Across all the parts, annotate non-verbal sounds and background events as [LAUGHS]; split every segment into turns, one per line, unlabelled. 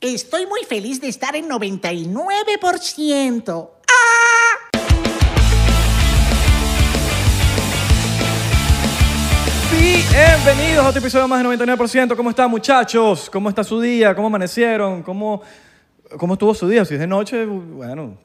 Estoy muy feliz de estar en 99%.
Bienvenidos a otro episodio más de 99%. ¿Cómo están, muchachos? ¿Cómo está su día? ¿Cómo amanecieron? ¿Cómo, cómo estuvo su día? Si es de noche, bueno,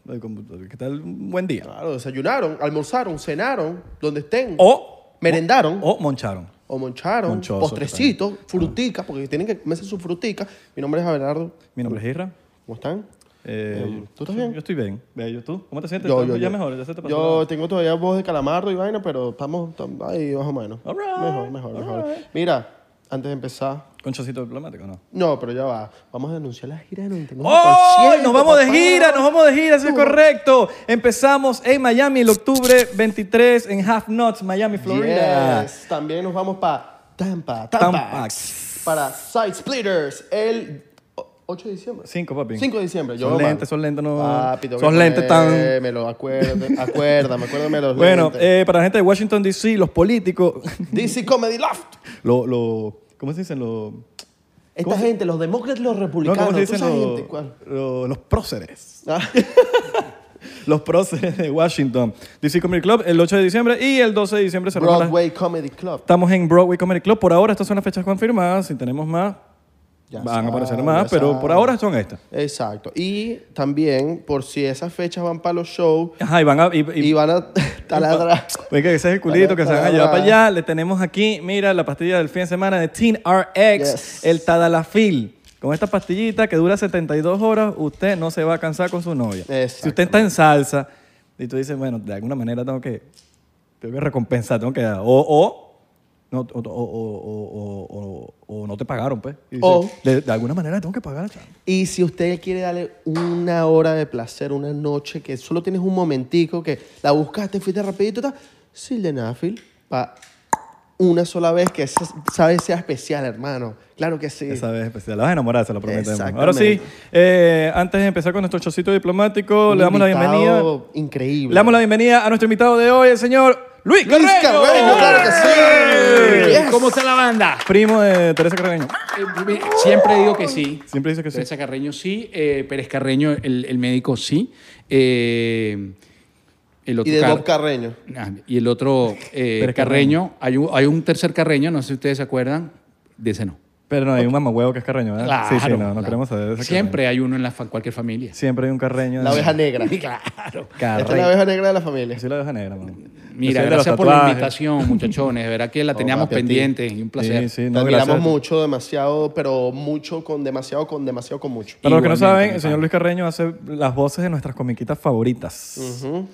¿qué tal? Un buen día.
Claro, desayunaron, almorzaron, cenaron, donde estén.
O.
Merendaron.
O, o moncharon.
O moncharon,
Monchoso,
postrecitos, fruticas, porque tienen que comerse sus fruticas. Mi nombre es Abelardo.
Mi nombre es Isra.
¿Cómo están?
Eh,
Em, ¿Tú estás bien?
Yo estoy bien. Bello, ¿tú? ¿Cómo te sientes? ¿Estás ya mejor, ya se te pasó.
yo
la-
tengo todavía voz de calamardo y vaina, pero estamos tam- ahí más o menos.
All right,
Mejor, mejor,
all
mejor.
right.
Mira, antes de empezar.
Con chocito diplomático, ¿no?
No, pero ya va. Vamos a anunciar la gira de 99%.
¡Oh! Nos vamos de
papá.
gira, nos vamos de gira, eso es correcto. Empezamos en Miami el octubre 23 en Half Nuts, Miami, Florida.
Yes. También nos vamos para Tampa, Tampa.
Tampa.
Para Side Splitters el o- 8 de diciembre.
5, papi.
5 de diciembre. Yo
Son
lo mando.
lentes, son lentes, no-
Papi, tengo
son
que
lentes tan-
ponérmelo, acuérdate, acuérdame, acuérdame los
Bueno,
lentes.
eh, para la gente de Washington, D.C., los políticos, [LAUGHS]
DC Comedy Loft.
lo, lo, ¿cómo se dicen? Los
Esta gente, los demócratas y los
no,
republicanos,
¿cómo se
¿tú
dicen?
sabes
Lo-
gente
[LAUGHS]
cuál?
lo- los próceres.
Ah,
Los próceres de Washington. DC Comedy Club el 8 de diciembre y el 12 de diciembre cerramos las-
Broadway Comedy Club.
Estamos en Broadway Comedy Club. Por ahora estas son las fechas confirmadas. Si tenemos más,
Ya
van a aparecer
saben,
más,
ya
pero
saben.
por ahora son estas.
Exacto. Y también, por si esas fechas van para los shows
Ajá, y van a... y- y-
y van a taladrar.
Venga, ese es el culito que se van a llevar para allá. Le tenemos aquí, mira, la pastilla del fin de semana de Teen RX,
Yes.
el Tadalafil. Con esta pastillita que dura 72 horas, usted no se va a cansar con su novia. Si usted está en salsa y tú dices, bueno, de alguna manera tengo que, tengo que recompensar, tengo que dar. O, o, no, o, o, o- o- o- o no te pagaron, pues. Y dices,
O-
de, de alguna manera tengo que pagar. chamo.
Y si usted quiere darle una hora de placer, una noche que solo tienes un momentico, que la buscaste, fuiste rapidito, tal, sildenafil, para una sola vez que esa sabes sea especial, hermano. Claro que sí.
Esa vez especial. La vas a enamorar, se lo prometemos. Ahora sí,
Exactamente.
eh, antes de empezar con nuestro chocito diplomático,
Un
le damos la
invitado
bienvenida.
Increíble.
Le damos la bienvenida a nuestro invitado de hoy, el señor Luis,
Luis
Carreño.
Carreño, claro que sí. Yes.
¿Cómo está la banda?
Primo de Teresa Carreño.
Eh, Siempre digo que sí.
Siempre dice que sí.
Teresa Carreño sí, eh, Pérez Carreño, el, el médico sí. eh, el otro
Y de
Car-
Bob Carreño.
Ah, y el otro eh,
Pérez
Carreño, Hay, un, hay un tercer Carreño, no sé si ustedes se acuerdan, de ese no.
Pero no, hay un mamahuevo que es Carreño, ¿verdad? sí, sí,
Claro,
no, no
claro.
queremos saber de ese
Siempre hay uno en la fa- cualquier familia.
Carreño. Siempre hay un Carreño.
La
[LAUGHS]
oveja negra. Esta
Claro.
es la
Carreño.
oveja negra de la familia.
Yo soy la oveja negra, mano.
Mira, gracias por la invitación, muchachones. De verdad
[LAUGHS]
que la teníamos
papi, a ti.
pendiente y un placer.
Sí, sí,
Te
no,
admiramos
gracias.
mucho, demasiado, pero mucho con demasiado, con demasiado, con mucho.
Para los que no
Igualmente,
saben,
mi
el señor
pana.
Luis Carreño hace las voces de nuestras comiquitas favoritas.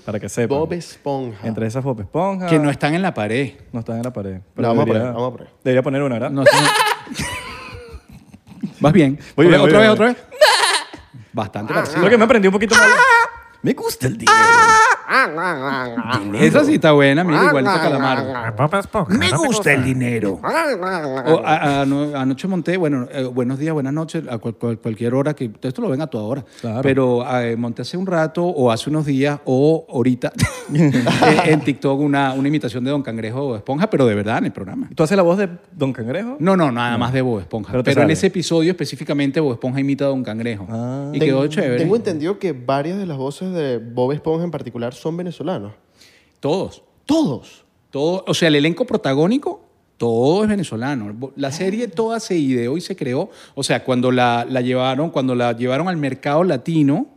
Para que sepan.
Bob Esponja.
Entre esas Bob Esponja.
Que no están en la pared.
No están en la pared.
La vamos a poner, vamos a poner.
Debería poner una, ¿verdad?
No, sí, no. Vas bien.
Muy bien,
otra
muy
vez,
bien.
otra vez. Bastante
Creo
parecido.
que me aprendí un poquito más.
Ah.
Me gusta el dinero.
Esa sí está buena, mira, igualito a Calamar.
Me gusta el dinero.
Ah,
O, a- a- ano- anoche monté, bueno, eh, buenos días, buenas noches, a cual- cual- cualquier hora, que esto lo ven a toda hora.
Claro.
Pero eh, monté hace un rato, o hace unos días, o
[LAUGHS]
ahorita, [LAUGHS] eh, en TikTok una, una imitación de Don Cangrejo o Esponja, pero de verdad en el programa.
¿Tú haces la voz de Don Cangrejo?
No, no, nada más de Bob Esponja.
Pero
Pero,
te
en
sale. Ah.
ese episodio específicamente Bob Esponja imita a Don Cangrejo. y quedó chévere.
Tengo entendido que varias de las voces de Bob Esponja en particular son venezolanos.
Todos.
Todos.
Todo, o sea, el elenco protagónico, todo es venezolano. Bo- La serie toda se ideó y se creó. O sea, cuando la, la llevaron, cuando la llevaron al mercado latino,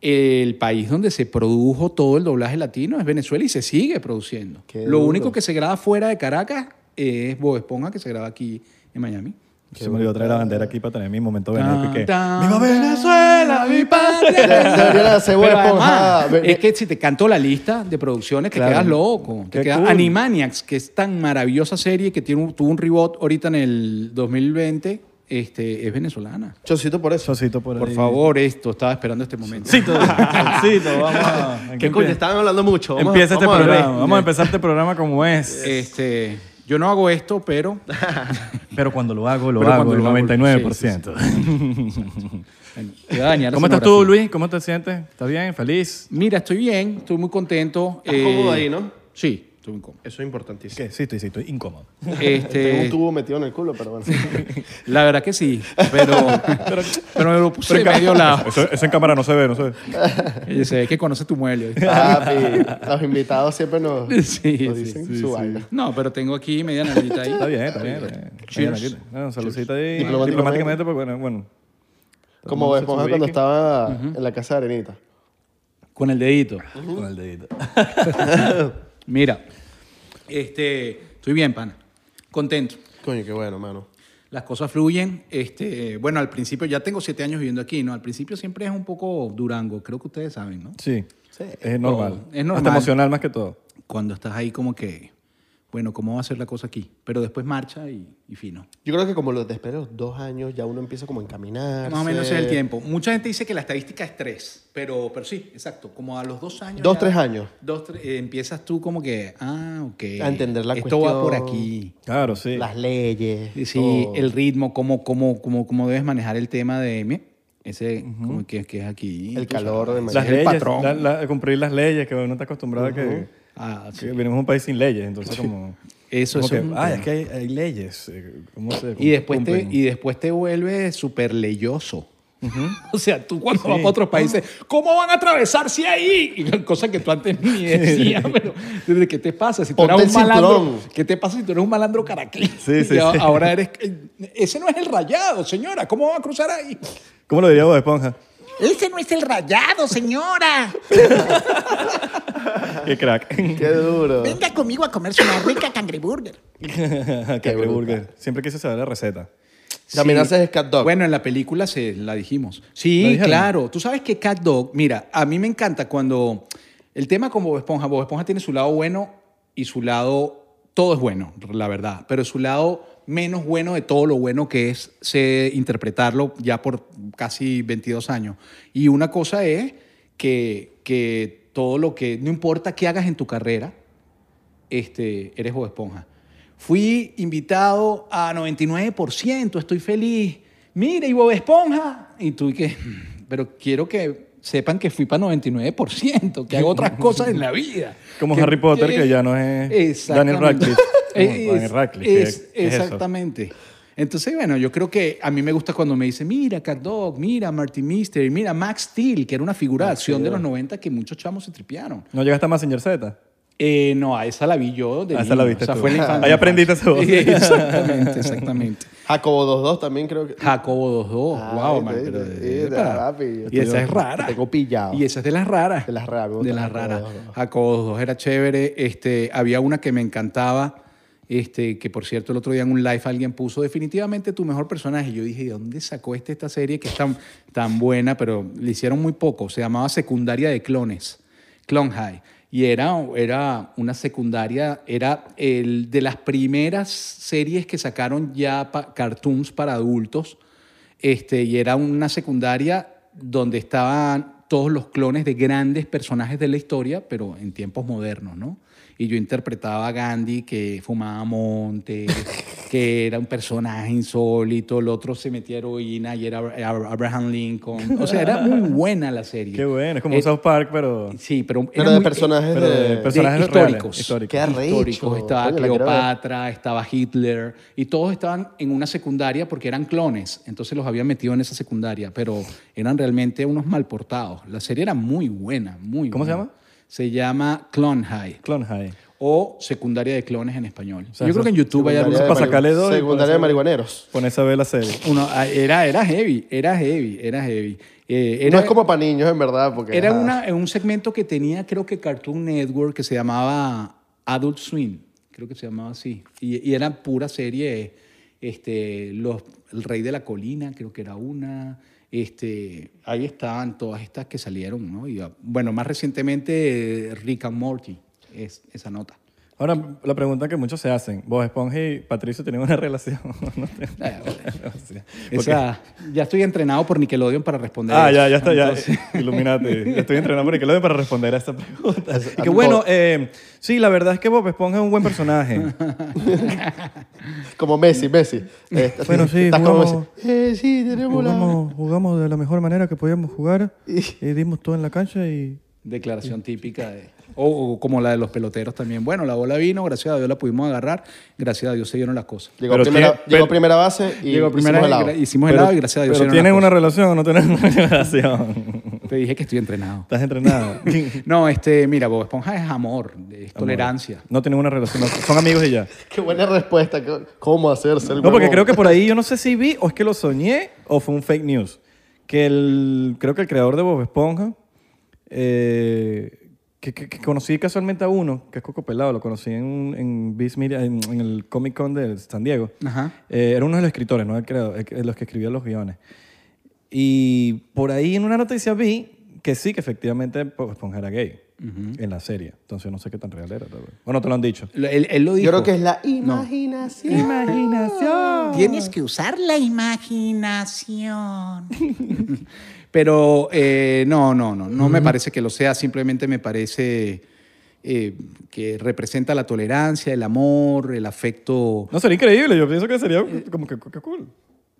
el país donde se produjo todo el doblaje latino es Venezuela y se sigue produciendo.
Qué
Lo
duro.
único que se graba fuera de Caracas es Bob Esponja, que se graba aquí en Miami.
Se me olvidó traer la bandera aquí para tener mi momento benéfico y que...
Tan,
¡Viva
tan,
Venezuela, mi patria!
Deberían hacer Bob
Pero
Esponja.
además,
Ve-
es que si te canto la lista de producciones, te
Claro.
quedas loco.
Qué
Te quedas
cool.
Animaniacs, que es tan maravillosa serie que tiene un- tuvo un reboot ahorita en el 2020, este, es venezolana.
Chocito por eso.
Chocito por ahí.
Por favor, esto, estaba esperando este momento.
Chocito, chocito, vamos a...
¿Qué coño? Estaban hablando mucho. Vamos a-
Empieza este
vamos a
programa.
ver.
Vamos a empezar este programa como es.
Este, yo no hago esto, pero
Pero cuando lo hago, lo
Pero
hago
cuando
el
lo hago,
99%.
bueno, te va a dañar la
¿Cómo estás tú,
sonografía.
Luis? ¿Cómo te sientes? ¿Estás bien? ¿Feliz?
Mira, estoy bien, estoy muy contento. eh,
Estás cómodo ahí, ¿no?
Sí, Estuve en coma.
Eso es importantísimo.
¿Qué? Sí, estoy, sí, estoy incómodo.
[LAUGHS] Tengo un
Este,
tubo metido en el culo, pero
[LAUGHS]
bueno.
la verdad que sí, pero,
[LAUGHS]
pero, me lo puse
en
medio
cámara- [LAUGHS]
lado.
Eso, eso en cámara no se ve, no se ve.
Oye, se ve que conoce tu
[LAUGHS]
mueble. ¿oíste?
Papi, los invitados siempre nos,
Sí, sí,
nos dicen
sí,
su
sí.
vaina.
No, pero tengo aquí media narita ahí.
Está bien, está bien. está bien.
Cheers.
Tranquila, tranquila. No, saludcita ahí.
Diplomáticamente.
Diplomáticamente, pues bueno, bueno.
Como Bob Esponja
¿eh?
cuando estaba en la casa de Arenita.
Con el dedito.
Con el dedito.
Mira, este, estoy bien, pana. Contento.
Coño, qué bueno, mano.
Las cosas fluyen. Este, bueno, al principio, ya tengo siete años viviendo aquí, ¿no? Al principio siempre es un poco Durango, creo que ustedes saben, ¿no?
Sí. Oh, Es normal.
Es normal.
Hasta emocional más que todo.
Cuando estás ahí como que, bueno, ¿cómo va a ser la cosa aquí? Pero después marcha y, y fino.
Yo creo que como los después de los dos años ya uno empieza como a encaminar.
Más o menos ese es el tiempo. Mucha gente dice que la estadística es tres, pero, pero sí, exacto. Como a los dos años.
Dos, tres años.
Dos, tres, eh, empiezas tú como que, ah, ok.
A entender la
Esto va por
cuestión. Oh.
aquí.
Claro, sí.
Las leyes.
Sí,
todo.
el ritmo, cómo, cómo, cómo, cómo debes manejar el tema de mira, ese como que, que es aquí.
El
tú
calor de
sabes,
Las
es el
leyes.
patrón.
la- la- cumplir las leyes, que uno está acostumbrado a que,
Ah,
que
sí.
venimos a un país sin leyes. Entonces, como.
Eso
como
es
que,
un
Ah,
tema.
es que hay, hay leyes. eh, ¿Cómo se
Y después, te,
cumplen?
y después te vuelves súper leyoso. [LAUGHS] O sea, tú cuando vas a otros países, ¿cómo van a atravesarse ahí? Y cosa que tú antes ni decías, pero desde, ¿qué te pasa? Si tú
Ponte
eras un
el
malandro,
cinturón.
¿qué te pasa si tú eres un malandro caraquí?
Sí, sí,
[LAUGHS] Y a-
sí.
Ahora eres, eh, ese no es el rayado, señora, ¿cómo van a cruzar ahí?
¿Cómo lo diría vos, Esponja?
[LAUGHS]
Ese no es el rayado, señora.
Qué crack. [LAUGHS]
Qué duro.
Venga conmigo a comerse una rica cangreburger.
Qué burger. Siempre quise saber la receta.
También
Sí.
haces cat dog.
Bueno, en la película se la dijimos.
¿La
Sí,
dijeron?
claro. Tú sabes que Cat Dog, mira, a mí me encanta cuando el tema con Bob Esponja, Bob Esponja tiene su lado bueno y su lado, todo es bueno, la verdad, pero su lado menos bueno de todo lo bueno que es sé interpretarlo ya por casi 22 años. Y una cosa es que, que todo lo que, no importa qué hagas en tu carrera, este, eres Bob Esponja. Fui invitado a 99%, estoy feliz. Mira, y Bob Esponja. Y tú, ¿y qué? [LAUGHS] Pero quiero que sepan que fui para 99%, que hago otras cosas en la vida.
Como Harry Potter, que ya no es [LAUGHS]
Exactamente.
Daniel Radcliffe. Como
[LAUGHS] Es-
Daniel Radcliffe, ¿qué-
es-
qué es eso?
exactamente. Entonces, bueno, yo creo que a mí me gusta cuando me dicen, mira, Cat Dog, mira, Marty Mystery, mira, Max Steel, que era una figura de acción de los 90 que muchos chamos se tripearon.
¿No llegaste a Massinger Z?
Eh, no, a esa la vi yo. De
A esa la
niño.
viste
O sea,
tú. Ah,
fue en la infancia.
Ahí aprendiste esa voz.
Sí, [LAUGHS] exactamente, exactamente.
Jacobo 22 también creo que.
Jacobo 2-2.
Ay,
wow, man.
te-
pero-
te-
epa.
te- papi, yo
y esa
te-
es rara.
te tengo pillado.
Y esa es de las raras.
De las raras, me
De
gusta
las
Jacobo
raras.
2-2.
Jacobo 2 era chévere. Este, había una que me encantaba. Este, que por cierto el otro día en un live alguien puso definitivamente tu mejor personaje. Yo dije, ¿de dónde sacó este esta serie que es tan, tan buena? Pero le hicieron muy poco. Se llamaba Secundaria de Clones, Clone High. Y era, era una secundaria, era el, de las primeras series que sacaron ya pa- cartoons para adultos este, y era una secundaria donde estaban todos los clones de grandes personajes de la historia, pero en tiempos modernos, ¿no? Y yo interpretaba a Gandhi que fumaba
[LAUGHS]
monte, que era un personaje insólito, el otro se metía heroína y era Abra- Abraham Lincoln. O sea, era muy buena la serie.
Qué bueno, es como
Eh,
un South Park, pero.
Sí, pero, era
Pero de
muy-
personajes
pero de
de.
perso- personajes reales,
históricos.
históricos.
Qué arrecho.
Históricos. Estaba
Oye, la quiero ver.
Cleopatra, estaba Hitler, y todos estaban en una secundaria porque eran clones. Entonces los habían metido en esa secundaria, pero eran realmente unos mal portados. La serie era muy buena, muy
¿Cómo se
buena.
llama?
Se llama Clone High
Clone High.
o Secundaria de Clones en español.
sea,
Yo creo que en YouTube hay
Secundaria
algunos
de
para
marihu-
sacarle dos y
Secundaria de
ponerse-
marihuaneros.
Pones a ver la serie.
uno- ah, era, era heavy, era heavy, era heavy. Eh, era,
No es como para niños, en verdad, porque.
Era
ajá.
una, un segmento que tenía, creo que Cartoon Network, que se llamaba Adult Swim, creo que se llamaba así. Y, y era pura serie, este, los, El Rey de la Colina, creo que era una. Este, ahí estaban todas estas que salieron, ¿no? Y, ah, bueno, más recientemente eh, Rick and Morty, es, esa nota.
Ahora, la pregunta que muchos se hacen: ¿Vos, Esponja y Patricio tienen una [LAUGHS] relación? No tienen
Eh,
una relación.
esa- ya estoy entrenado por Nickelodeon para responder.
Ah,
eso.
ya, ya está, ya. [LAUGHS]
Entonces-
Iluminate. Estoy entrenando por Nickelodeon para responder a esta pregunta. Y que
Bob.
bueno, eh, sí, la verdad es que Bob Esponja es un buen
[LAUGHS]
personaje.
Como Messi, Messi.
Mm.
Eh,
Bueno, sí,
Estás como Messi.
jugamos-
Eh, sí, tenemos la.
Jugamos, jugamos de la mejor manera que podíamos jugar. Y dimos todo en la cancha y
Declaración típica de... O, o como la de los peloteros también. Bueno, la bola vino, gracias a Dios la pudimos agarrar, gracias a Dios se dieron las cosas.
Llegó,
Pero
primera,
tiene-
llegó
pero-
primera base y
Llegó primera
hicimos
y
helado.
gra- hicimos helado y gracias a Dios se
Pero
dieron
tienes
las
una
cosas.
relación o no tienes una [LAUGHS] relación.
Te dije que estoy entrenado.
Estás entrenado. Es
No, este, mira, Bob Esponja es amor, es [LAUGHS] tolerancia.
No tienen una relación. no- Son amigos y ya.
Qué buena respuesta. qué- ¿Cómo hacerse el
No, porque
huevón?
creo que por ahí yo no sé si vi o es que lo soñé o fue un fake news. Que el, creo que el creador de Bob Esponja, eh, que, que- que conocí casualmente a uno, que es Coco Pelado, lo conocí en, en Viz Media, en, en el Comic Con de San Diego.
Ajá.
Eh, era uno de los escritores, no el creador, el que- los que escribían los guiones. Y por ahí en una noticia vi que sí, que efectivamente Bob Esponja era gay en la serie. Entonces no sé qué tan real era. tal vez. O no te lo han dicho.
Lo- Él, él lo dijo.
Yo creo que es la imaginación.
Imaginación.
Tienes que usar la imaginación.
Pero eh, no, no, no, no me parece que lo sea, simplemente me parece eh, que representa la tolerancia, el amor, el afecto.
No, sería increíble. Yo pienso que sería como que, que cool.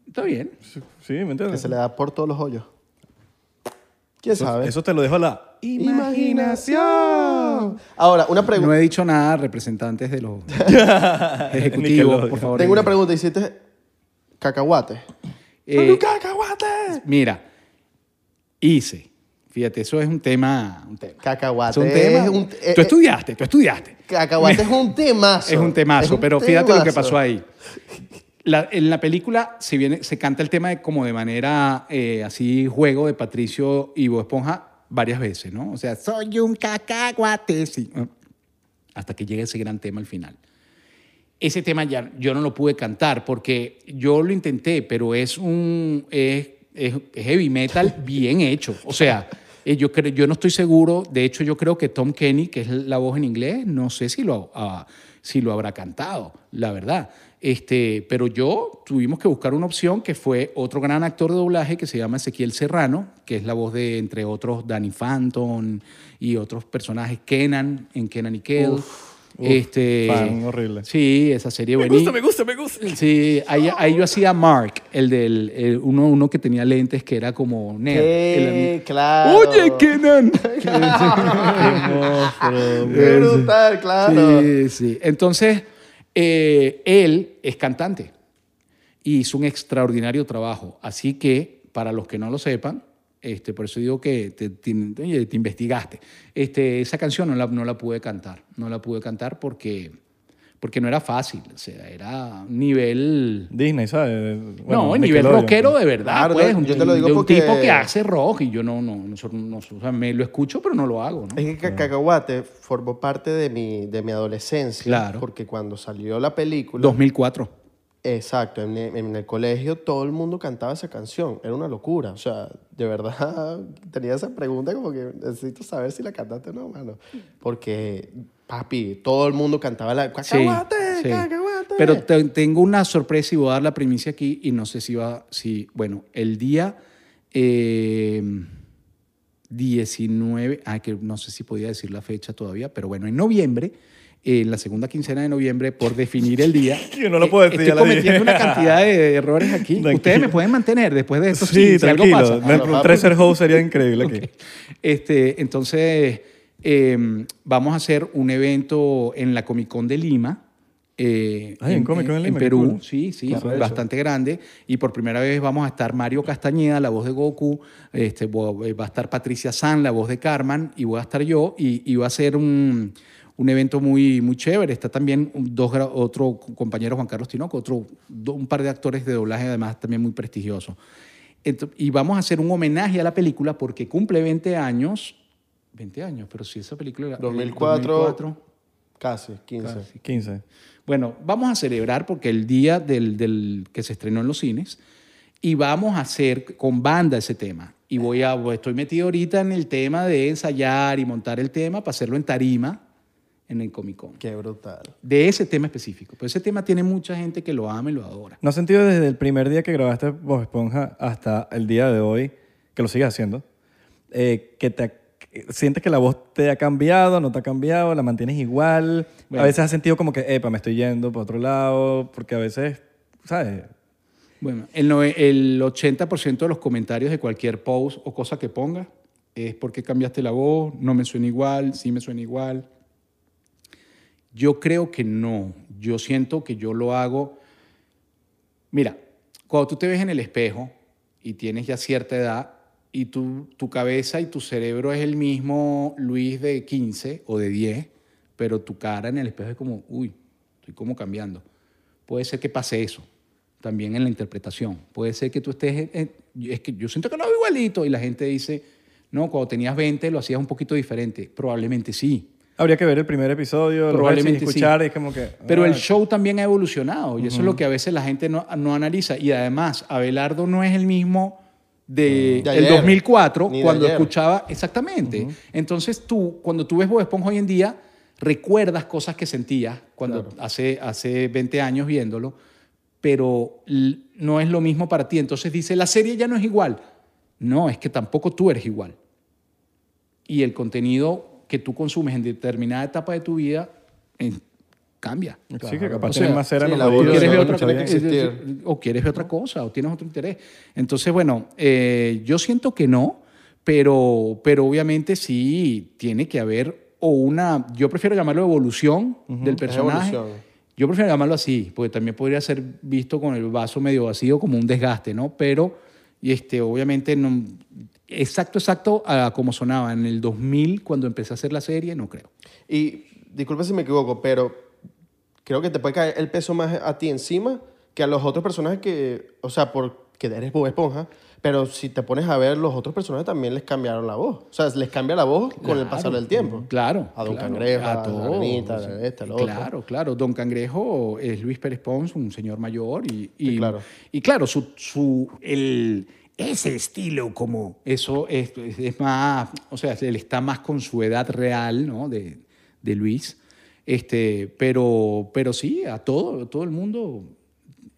Está bien.
Sí, sí, ¿me
Que
entiendes?
se le da por todos los hoyos. ¿Quién
eso,
sabe?
eso te lo dejo a la imaginación.
Ah. Ahora, una pregunta.
No he dicho nada, representantes de [LAUGHS] los ejecutivos,
Nickelodeon.
por favor.
Tengo una pregunta. ¿Hiciste cacahuate?
Eh, Mira, hice. Fíjate, eso es un tema. Un tema.
Cacahuate.
Es un tema.
es un- eh,
tú
eh,
estudiaste, tú estudiaste.
Cacahuate es un temazo.
Es un temazo,
Es un
pero fíjate lo que
temazo.
pasó ahí. La- en la película se, viene, se canta el tema de, como de manera eh, así, juego de Patricio y Bob Esponja varias veces, ¿no? O sea,
Soy un cacahuate.
sí, eh, hasta que llegue ese gran tema al final. Ese tema ya yo no lo pude cantar porque yo lo intenté, pero es un es, es- es
[LAUGHS]
heavy metal bien hecho. O sea, eh, yo, creo, yo no estoy seguro. De hecho, yo creo que Tom Kenny, que es la voz en inglés, no sé si lo, ah, si lo habrá cantado, la verdad. Este, pero yo tuvimos que buscar una opción que fue otro gran actor de doblaje que se llama Ezequiel Serrano, que es la voz de, entre otros, Danny Phantom y otros personajes, Kenan, en Kenan y Kel. este,
fan horrible.
Sí, esa serie
Me gusta, me gusta, me gusta.
[LAUGHS] Sí, ahí, ahí yo hacía Mark, el del el- uno, uno que tenía lentes que era como nerd.
Eh,
el-
claro.
Oye, Kenan.
Qué brutal, claro.
Sí, sí. Entonces, eh, él es cantante y hizo un extraordinario trabajo. Así que, para los que no lo sepan, este, por eso digo que te, te- oye, te investigaste. Este, esa canción no la, no la pude cantar. No la pude cantar porque, porque no era fácil. O sea, era un nivel...
Disney, ¿sabes? Bueno,
no, el nivel
Nickelodeon.
rockero de verdad,
Claro,
pues,
no,
un,
yo te lo digo
de un
porque-
tipo que hace rock y yo no, no, no, so- no so- o sea, me lo escucho pero no lo hago, ¿no?
Es que ca- Cacahuate formó parte de mi, de mi adolescencia.
Claro.
Porque cuando salió la película.
2004.
Exacto, en el, en el colegio todo el mundo cantaba esa canción, era una locura, o sea, de verdad [LAUGHS] tenía esa pregunta como que necesito saber si la cantaste o no, mano, porque papi, todo el mundo cantaba la cacahuate,
sí.
Ah,
cacahuate.
Pero te- tengo una sorpresa y voy a dar la primicia aquí y no sé si va, si, bueno, el día eh, 19, ah, que no sé si podía decir la fecha todavía, pero bueno, en noviembre, eh, en la segunda quincena de noviembre, por definir el día.
[LAUGHS]
eh,
Yo no lo puedo decir, ya
Estoy
la dije.
cometiendo una cantidad de errores
[LAUGHS]
aquí.
Tranquilo.
Ustedes me pueden mantener después de esto. si-
Sí,
si algo
tranquilo.
pasa.
No, un tercer host sería increíble aquí.
Este, entonces, eh, vamos a hacer un evento en la Comic Con de Lima. eh,
Ay, en Comic Con de Lima, qué
Perú,
cool.
sí, sí,
Qué arrecho.
bastante grande. Y por primera vez vamos a estar Mario Castañeda, la voz de Goku, este, vo- va a estar Patricia San, la voz de Carmen, y voy a estar yo. Y, y va a ser un, un evento muy, muy chévere. Está también un- dos, gra- otro compañero, Juan Carlos Tinoco, otro, do- un par de actores de doblaje, además también muy prestigiosos. Ento- y vamos a hacer un homenaje a la película porque cumple 20 años. 20 años, pero si esa película era.
2004, Casi, 15.
Ah, 15.
Bueno, vamos a celebrar porque el día del, del que se estrenó en los cines y vamos a hacer con banda ese tema. Y voy a, estoy metido ahorita en el tema de ensayar y montar el tema para hacerlo en tarima en el Comic Con.
Qué brutal.
De ese tema específico. Pero ese tema tiene mucha gente que lo ama y lo adora.
¿No has sentido desde el primer día que grabaste Bob Esponja hasta el día de hoy, que lo sigues haciendo, eh, que te ha- que sientes que la voz te ha cambiado, no te ha cambiado, la mantienes igual?
Bueno.
A veces has sentido como que, epa, me estoy yendo para otro lado, porque a veces, ¿sabes?
Bueno, el, nove- el 80% de los comentarios de cualquier post o cosa que ponga es por qué cambiaste la voz, no me suena igual, sí me suena igual. Yo creo que no. Yo siento que yo lo hago. Mira, cuando tú te ves en el espejo y tienes ya cierta edad y tu, tu cabeza y tu cerebro es el mismo Luis de 15 o de 10, pero tu cara en el espejo es como, uy, estoy como cambiando. Puede ser que pase eso también en la interpretación. Puede ser que tú estés, en- en- es que yo siento que lo hago igualito y la gente dice, no, cuando tenías 20 lo hacías un poquito diferente. Probablemente sí.
Habría que ver el primer episodio, lo voy a
Probablemente sí.
escuchar y es como que...
Pero
ah,
el show también ha evolucionado y eso es lo que a veces la gente no, no analiza. Y además, Abelardo no es el mismo de,
De
el
ayer,
2004
ni de
cuando
ayer.
escuchaba exactamente. Entonces tú, cuando tú ves Bob Esponja hoy en día, recuerdas cosas que sentías cuando hace, hace 20 años viéndolo, pero l- no es lo mismo para ti. Entonces dice, la serie ya no es igual. No, es que tampoco tú eres igual y el contenido que tú consumes en determinada etapa de tu vida eh, cambia.
Sí, que capaz
O
tiene
sea,
más cera
sí,
en
la
los
voz
oídos,
quieres
Pero
ver
no
otra
escucha
tiene
cosa,
bien.
que existir.
o quieres ver otra cosa, o tienes otro interés. Entonces, bueno, eh, yo siento que no, pero, pero obviamente sí tiene que haber o una, yo prefiero llamarlo evolución del personaje.
evolución.
Yo prefiero llamarlo así, porque también podría ser visto con el vaso medio vacío como un desgaste, ¿no? Pero, y este, obviamente, no, exacto, exacto, a como sonaba en el 2000 cuando empecé a hacer la serie, no creo.
Y disculpa si me equivoco, pero creo que te puede caer el peso más a ti encima que a los otros personajes que, o sea, porque eres Bob Esponja, pero si te pones a ver, los otros personajes también les cambiaron la voz. O sea, les cambia la voz con el
Claro,
pasar del tiempo.
Claro.
A Don
claro,
Cangrejo, a,
todos,
la Nenita, a este,
sí.
la esta, a la otra.
Claro, claro. Don Cangrejo es Luis Pérez Pons, un señor mayor. Y, y-
Sí, claro.
Y claro, su, su- el,
Ese estilo como
eso es, es- es más, o sea, él está más con su edad real, ¿no? De, de Luis. Este, pero, pero sí, a todo, todo el mundo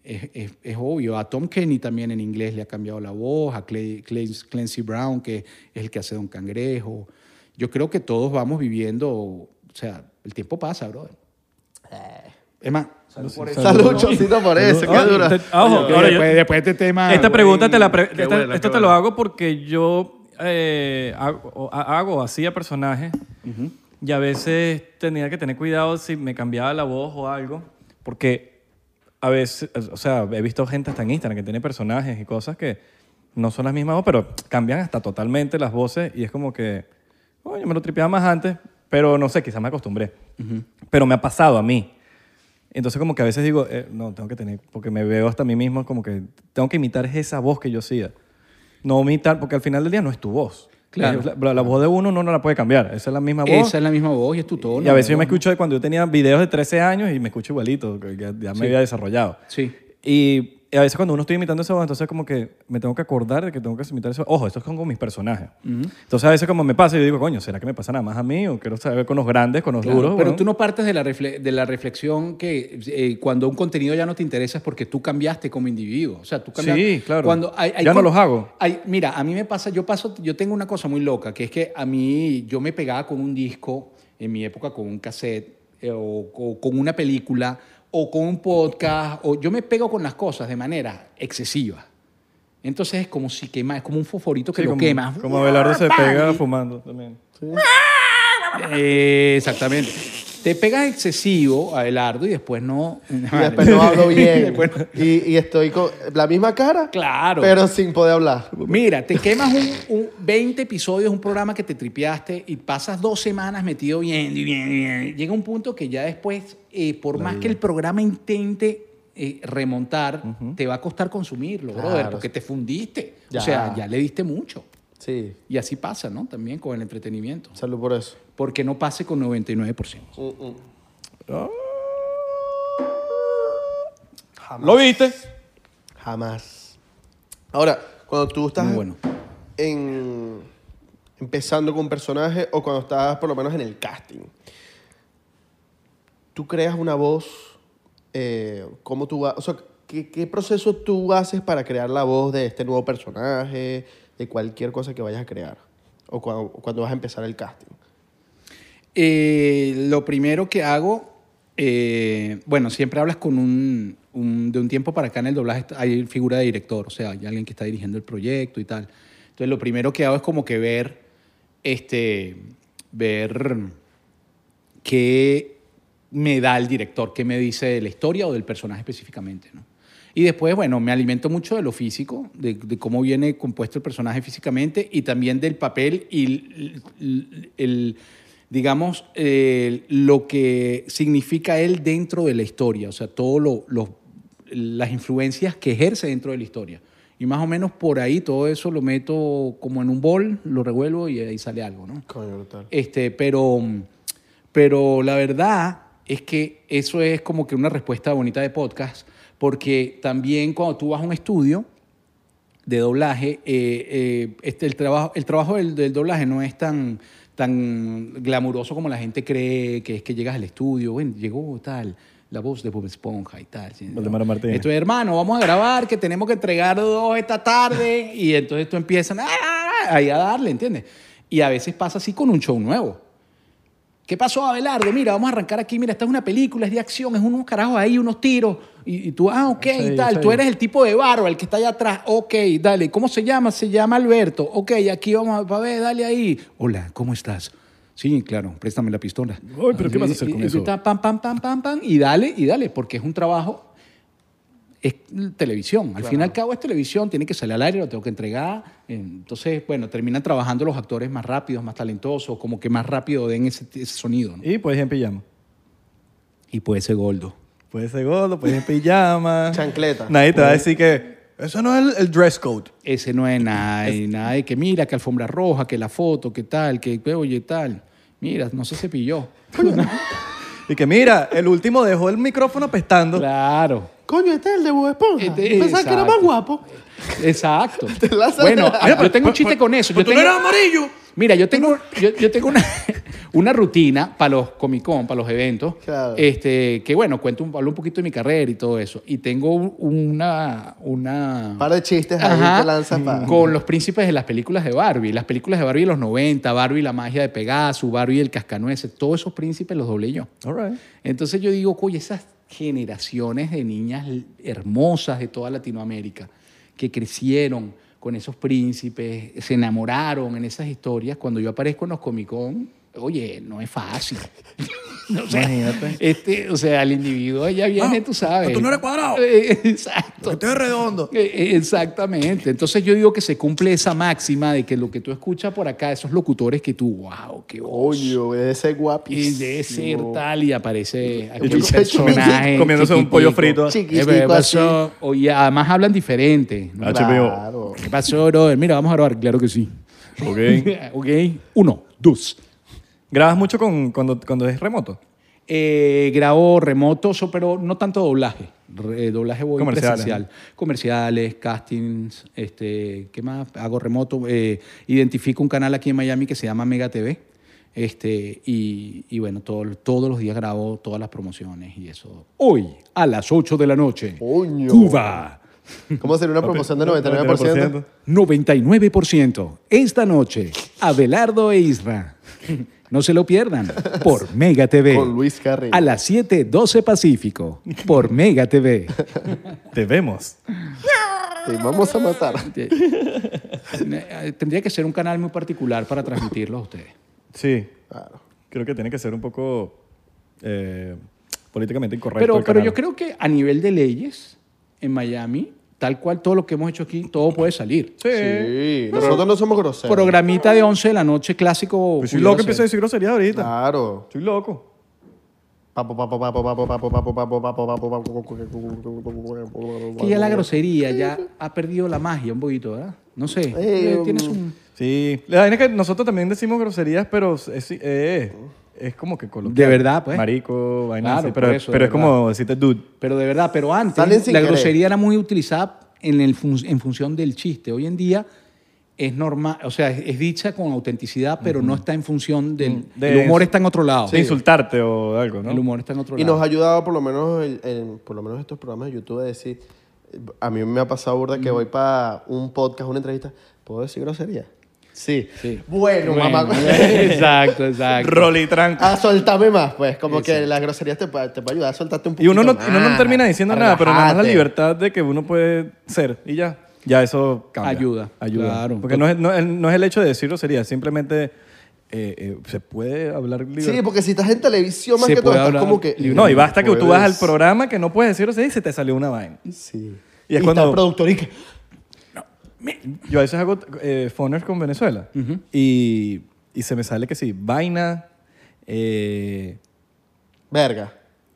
es, es- es obvio. A Tom Kenny también en inglés le ha cambiado la voz, a Clay- Clay- Clancy Brown, que es el que hace Don Cangrejo. Yo creo que todos vamos viviendo, o sea, el tiempo pasa, brother. Es más,
Salud, chocito, por eso,
Ah,
qué dura.
te- ah, ojo, que
después,
yo-
después de este tema...
Esta
voy-
pregunta te la pre- esta-
buena, Mm,
esto
qué
te lo
buena.
hago porque yo eh, hago, o- ha- hago así a personajes y a veces tenía que tener cuidado si me cambiaba la voz o algo porque a veces, o sea, he visto gente hasta en Instagram que tiene personajes y cosas que no son las mismas voces, pero cambian hasta totalmente las voces y es como que, coño, me lo tripeaba más antes, pero no sé, quizás me acostumbré. Pero me ha pasado a mí. Entonces como que a veces digo, eh, no, tengo que tener, porque me veo hasta a mí mismo como que tengo que imitar esa voz que yo hacía. No imitar, porque al final del día no es tu voz.
Claro.
Es La, la- la voz de uno no, no la puede cambiar. Esa es la misma voz.
Esa es la misma voz y es tu tono.
y a veces yo me
¿no?
escucho de cuando yo tenía videos de 13 años y me escucho igualito, que ya, ya me había desarrollado.
Sí.
Y a veces cuando uno estoy imitando esa voz, entonces como que me tengo que acordar de que tengo que imitar eso. Ojo, esto es con mis personajes. Entonces a veces como me pasa, yo digo, coño, ¿será que me pasa nada más a mí? O quiero saber con los grandes, con los
Claro,
duros.
pero
weón.
tú no partes de la, refle- de la reflexión que eh, cuando un contenido ya no te interesa es porque tú cambiaste como individuo. O sea, tú cambiaste.
Sí, claro.
Cuando hay- hay
Ya no
con-
los hago.
hay- mira, a mí me pasa, yo paso, yo tengo una cosa muy loca, que es que a mí yo me pegaba con un disco en mi época, con un cassette eh, o, o con una película o con un podcast, o yo me pego con las cosas de manera excesiva. Entonces es como si quema, es como un fosforito que
Sí,
lo
como,
quemas.
Como Abelardo se pega fumando también.
Eh, exactamente. Te pegas excesivo, Abelardo, y después no. [LAUGHS]
Y después no hablo bien.
Después no.
y, y estoy con la misma cara,
Claro.
pero sin poder hablar.
Mira, te quemas un, un 20 episodios, un programa que te tripeaste y pasas dos semanas metido bien, y bien, y bien. Llega un punto que ya después, eh, por más que el programa intente eh, remontar, te va a costar consumirlo, brother,
Claro.
porque te fundiste.
Ya.
O sea, ya le diste mucho.
Sí,
Y así pasa, ¿no? También con el entretenimiento.
salud por eso.
Porque no pase con 99%.
¿Lo viste?
Jamás. Ahora, cuando tú estás
Muy bueno.
en, empezando con un personaje o cuando estás por lo menos en el casting, tú creas una voz, eh, ¿cómo tú vas? O sea, ¿qué, qué proceso tú haces para crear la voz de este nuevo personaje, de cualquier cosa que vayas a crear? O cuando, cuando vas a empezar el casting.
Eh, lo primero que hago, eh, bueno, siempre hablas con un, un- de un tiempo para acá en el doblaje hay figura de director, o sea, hay alguien que está dirigiendo el proyecto y tal. Entonces, lo primero que hago es como que ver este, ver qué me da el director, qué me dice de la historia o del personaje específicamente. ¿no? Y después, bueno, me alimento mucho de lo físico, de, de cómo viene compuesto el personaje físicamente y también del papel y el, el- el- digamos, eh, lo que significa él dentro de la historia, o sea, todas las influencias que ejerce dentro de la historia. Y más o menos por ahí todo eso lo meto como en un bol, lo revuelvo y ahí sale algo, ¿no?
Coño, brutal.
Este, pero, pero la verdad es que eso es como que una respuesta bonita de podcast, porque también cuando tú vas a un estudio de doblaje, eh, eh, este, el trabajo, el trabajo del, del doblaje no es tan, tan glamuroso como la gente cree, que es que llegas al estudio, bueno, llegó tal, la voz de Bob Esponja y tal. ¿sí?
Valdemar Martínez.
Esto es, hermano, vamos a grabar, que tenemos que entregar dos esta tarde, y entonces tú empiezas "Ah, ah, ah", ahí a darle, ¿entiendes? Y a veces pasa así con un show nuevo. ¿Qué pasó, Abelardo? Mira, vamos a arrancar aquí. Mira, esta es una película, es de acción, es unos carajos ahí, unos tiros. Y, y tú, ah, ok,
Sí,
y tal.
sí.
Tú eres el tipo de barba, el que está allá atrás. Ok, dale. ¿Cómo se llama? Se llama Alberto. Ok, aquí vamos a pa' ver, dale ahí. Hola, ¿cómo estás? Sí, claro, préstame la pistola.
Ay, pero ¿qué vas a hacer
Y-
con
y tú
eso?
estás pam, pam, pam, pam, pam. Y dale, y dale, porque es un trabajo es televisión. Al fin y al cabo es televisión, tiene que salir al aire, lo tengo que entregar. Entonces, bueno, terminan trabajando los actores más rápidos, más talentosos, como que más rápido den ese, ese sonido. ¿no?
Y puedes ir en pijama.
Y puede ser Goldo.
Puedes ser gordo, puedes ir en pijama.
Chancleta.
Nadie te va a decir que eso no es el, el dress code.
Ese no es [LAUGHS] nada, y nada de que mira, que alfombra roja, que la foto, que tal, que que, oye, tal. Mira, no se cepilló.
Y que mira, el último dejó el micrófono apestando.
claro.
Coño, este es el de Bob Esponja.
Este-
Pensaba que era
exacto.
más guapo.
[LAUGHS] Exacto.
lanzas-
Bueno,
Mira,
yo tengo un chiste con eso.
pues
Yo tengo,
amarillo.
Mira, yo tengo, yo, yo tengo una, [LAUGHS] una rutina para los Comic Con, para los eventos,
Claro.
este, que bueno, cuento un, hablo un poquito de mi carrera y todo eso. Y tengo una... una
Un par de chistes ahí
Ajá. Mm.
que lanzas para...
Con los príncipes de las películas de Barbie. Las películas de Barbie de los 90, Barbie y la magia de Pegaso, Barbie y el cascanueces, todos esos príncipes los doblé yo.
All right.
Entonces yo digo, oye, esas generaciones de niñas l- hermosas de toda Latinoamérica que crecieron con esos príncipes, se enamoraron en esas historias, cuando yo aparezco en los Comic Con, oye, no es fácil. [LAUGHS] o sea,
Imagínate. Ah,
Este, o sea, el individuo ya viene,
No,
tú sabes.
tú no eres cuadrado.
Eh, [LAUGHS] Exacto.
Estoy redondo.
Eh, eh, Exactamente. Entonces yo digo que se cumple esa máxima de que lo que tú escuchas por acá, esos locutores que tú, wow, qué oye
Coño, ese guapísimo.
y de ser tal y aparece
yo
aquel
creo que
personaje
comiéndose un pollo frito.
Chiquitico
Eh, pasó? Oye, además hablan diferente
Ah,
¿no?
Claro.
¿qué pasó brother? mira vamos a grabar claro que sí [LAUGHS]
Ok.
ok uno dos
[LAUGHS] ¿Grabas mucho con, cuando, cuando es remoto?
Eh, grabo remoto so- pero no tanto doblaje Re- eh, doblaje voy
Comerciales,
presencial comerciales castings este ¿qué más? hago remoto eh, identifico un canal aquí en Miami que se llama Mega TV este, y, y bueno, todo- todos los días grabo todas las promociones y eso. Hoy, a las 8 de la noche,
Coño.
Cuba,
¿Cómo sería una promoción del 99%?
99%. Esta noche, Abelardo e Isra. No se lo pierdan
[LAUGHS]
por Mega TV.
Con Luis Carrillo.
A las 7:12 Pacífico por Mega TV.
Te vemos.
Te vamos a matar.
Eh, [LAUGHS] Tendría que ser un canal muy particular para transmitirlo
[LAUGHS]
a ustedes.
Sí.
Claro.
Creo que tiene que ser un poco eh, políticamente incorrecto.
Pero,
el
pero
canal.
yo creo que a nivel de leyes en Miami, tal cual todo lo que hemos hecho aquí, todo puede salir.
Sí.
Sí, nosotros no somos groseros.
Programita de 11 de la noche clásico.
Pues soy
pudiera
loco, empiezo a
ser.
decir grosería ahorita.
Claro.
Soy loco.
Papo, papo, papo, papo, papo, papo, papo, papo, papo, papo.
Que ya la grosería ya ha perdido la magia un poquito, ¿verdad? No sé.
Eh,
Eh, Tienes un...
Sí. La vaina es que nosotros también decimos groserías, pero es, eh, es como que coloquial.
De verdad, pues.
Marico, vaina
Claro,
así, Pero,
por eso, de
pero es
verdad.
como decirte dude.
Pero de verdad, pero antes
Salen sin
la
querer.
grosería era muy utilizada en, el fun- en función del chiste. Hoy en día es normal, o sea, es, es dicha con autenticidad, pero no está en función
Mm,
del...
De-
el humor está en otro lado.
De insultarte o algo, ¿no?
El humor está en otro
Y
lado.
nos ha ayudado por lo menos el- el- por lo menos estos programas de YouTube a decir a mí me ha pasado burda que voy para un podcast, una entrevista, ¿puedo decir grosería? Sí.
Sí.
Bueno,
Bueno, [LAUGHS]
mamá. [LAUGHS]
exacto, exacto. Ah,
Rolitranco.
a soltame más, pues, como que las groserías te puede te puede ayudar a soltarte un
Y
poquito
uno no,
más,
y uno no termina diciendo nada, pero nada más la
relájate.
libertad de que uno puede ser y ya. ya eso cambia.
Ayuda,
Ayuda.
claro.
Porque no es, no, es- no es el hecho de decirlo, sería simplemente eh, eh, se puede hablar libre.
Sí, porque si estás en televisión más
Se
que todo,
puede
estás
hablar
como que.
libre.
no, y basta que tú vas al
puedes.
programa que no puedes decirlo, se dice, te salió una vaina.
Sí.
Y es
está
cuando-
el productor y que-
Yo a veces hago eh, phoners con Venezuela y, y se me sale que sí, vaina, eh,
Verga.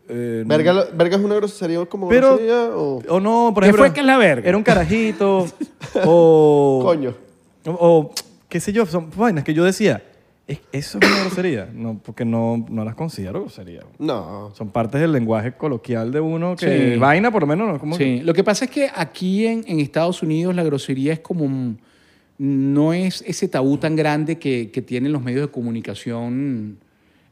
eh,
verga. lo- Verga es una grosería como
Pero-
grosería o.
O no, por
¿Qué
ejemplo.
fue que es la verga?
Era un
[LAUGHS]
carajito. o.
Coño.
O, o, qué sé yo, son vainas que yo decía. "Es- Eso es una grosería. No, porque no, no las considero grosería.
No.
Son partes del lenguaje coloquial de uno que.
Sí.
Vaina, por lo menos, no es como.
Sí, lo que pasa es que aquí en, en Estados Unidos la grosería es como... un- No es ese tabú tan grande que, que tienen los medios de comunicación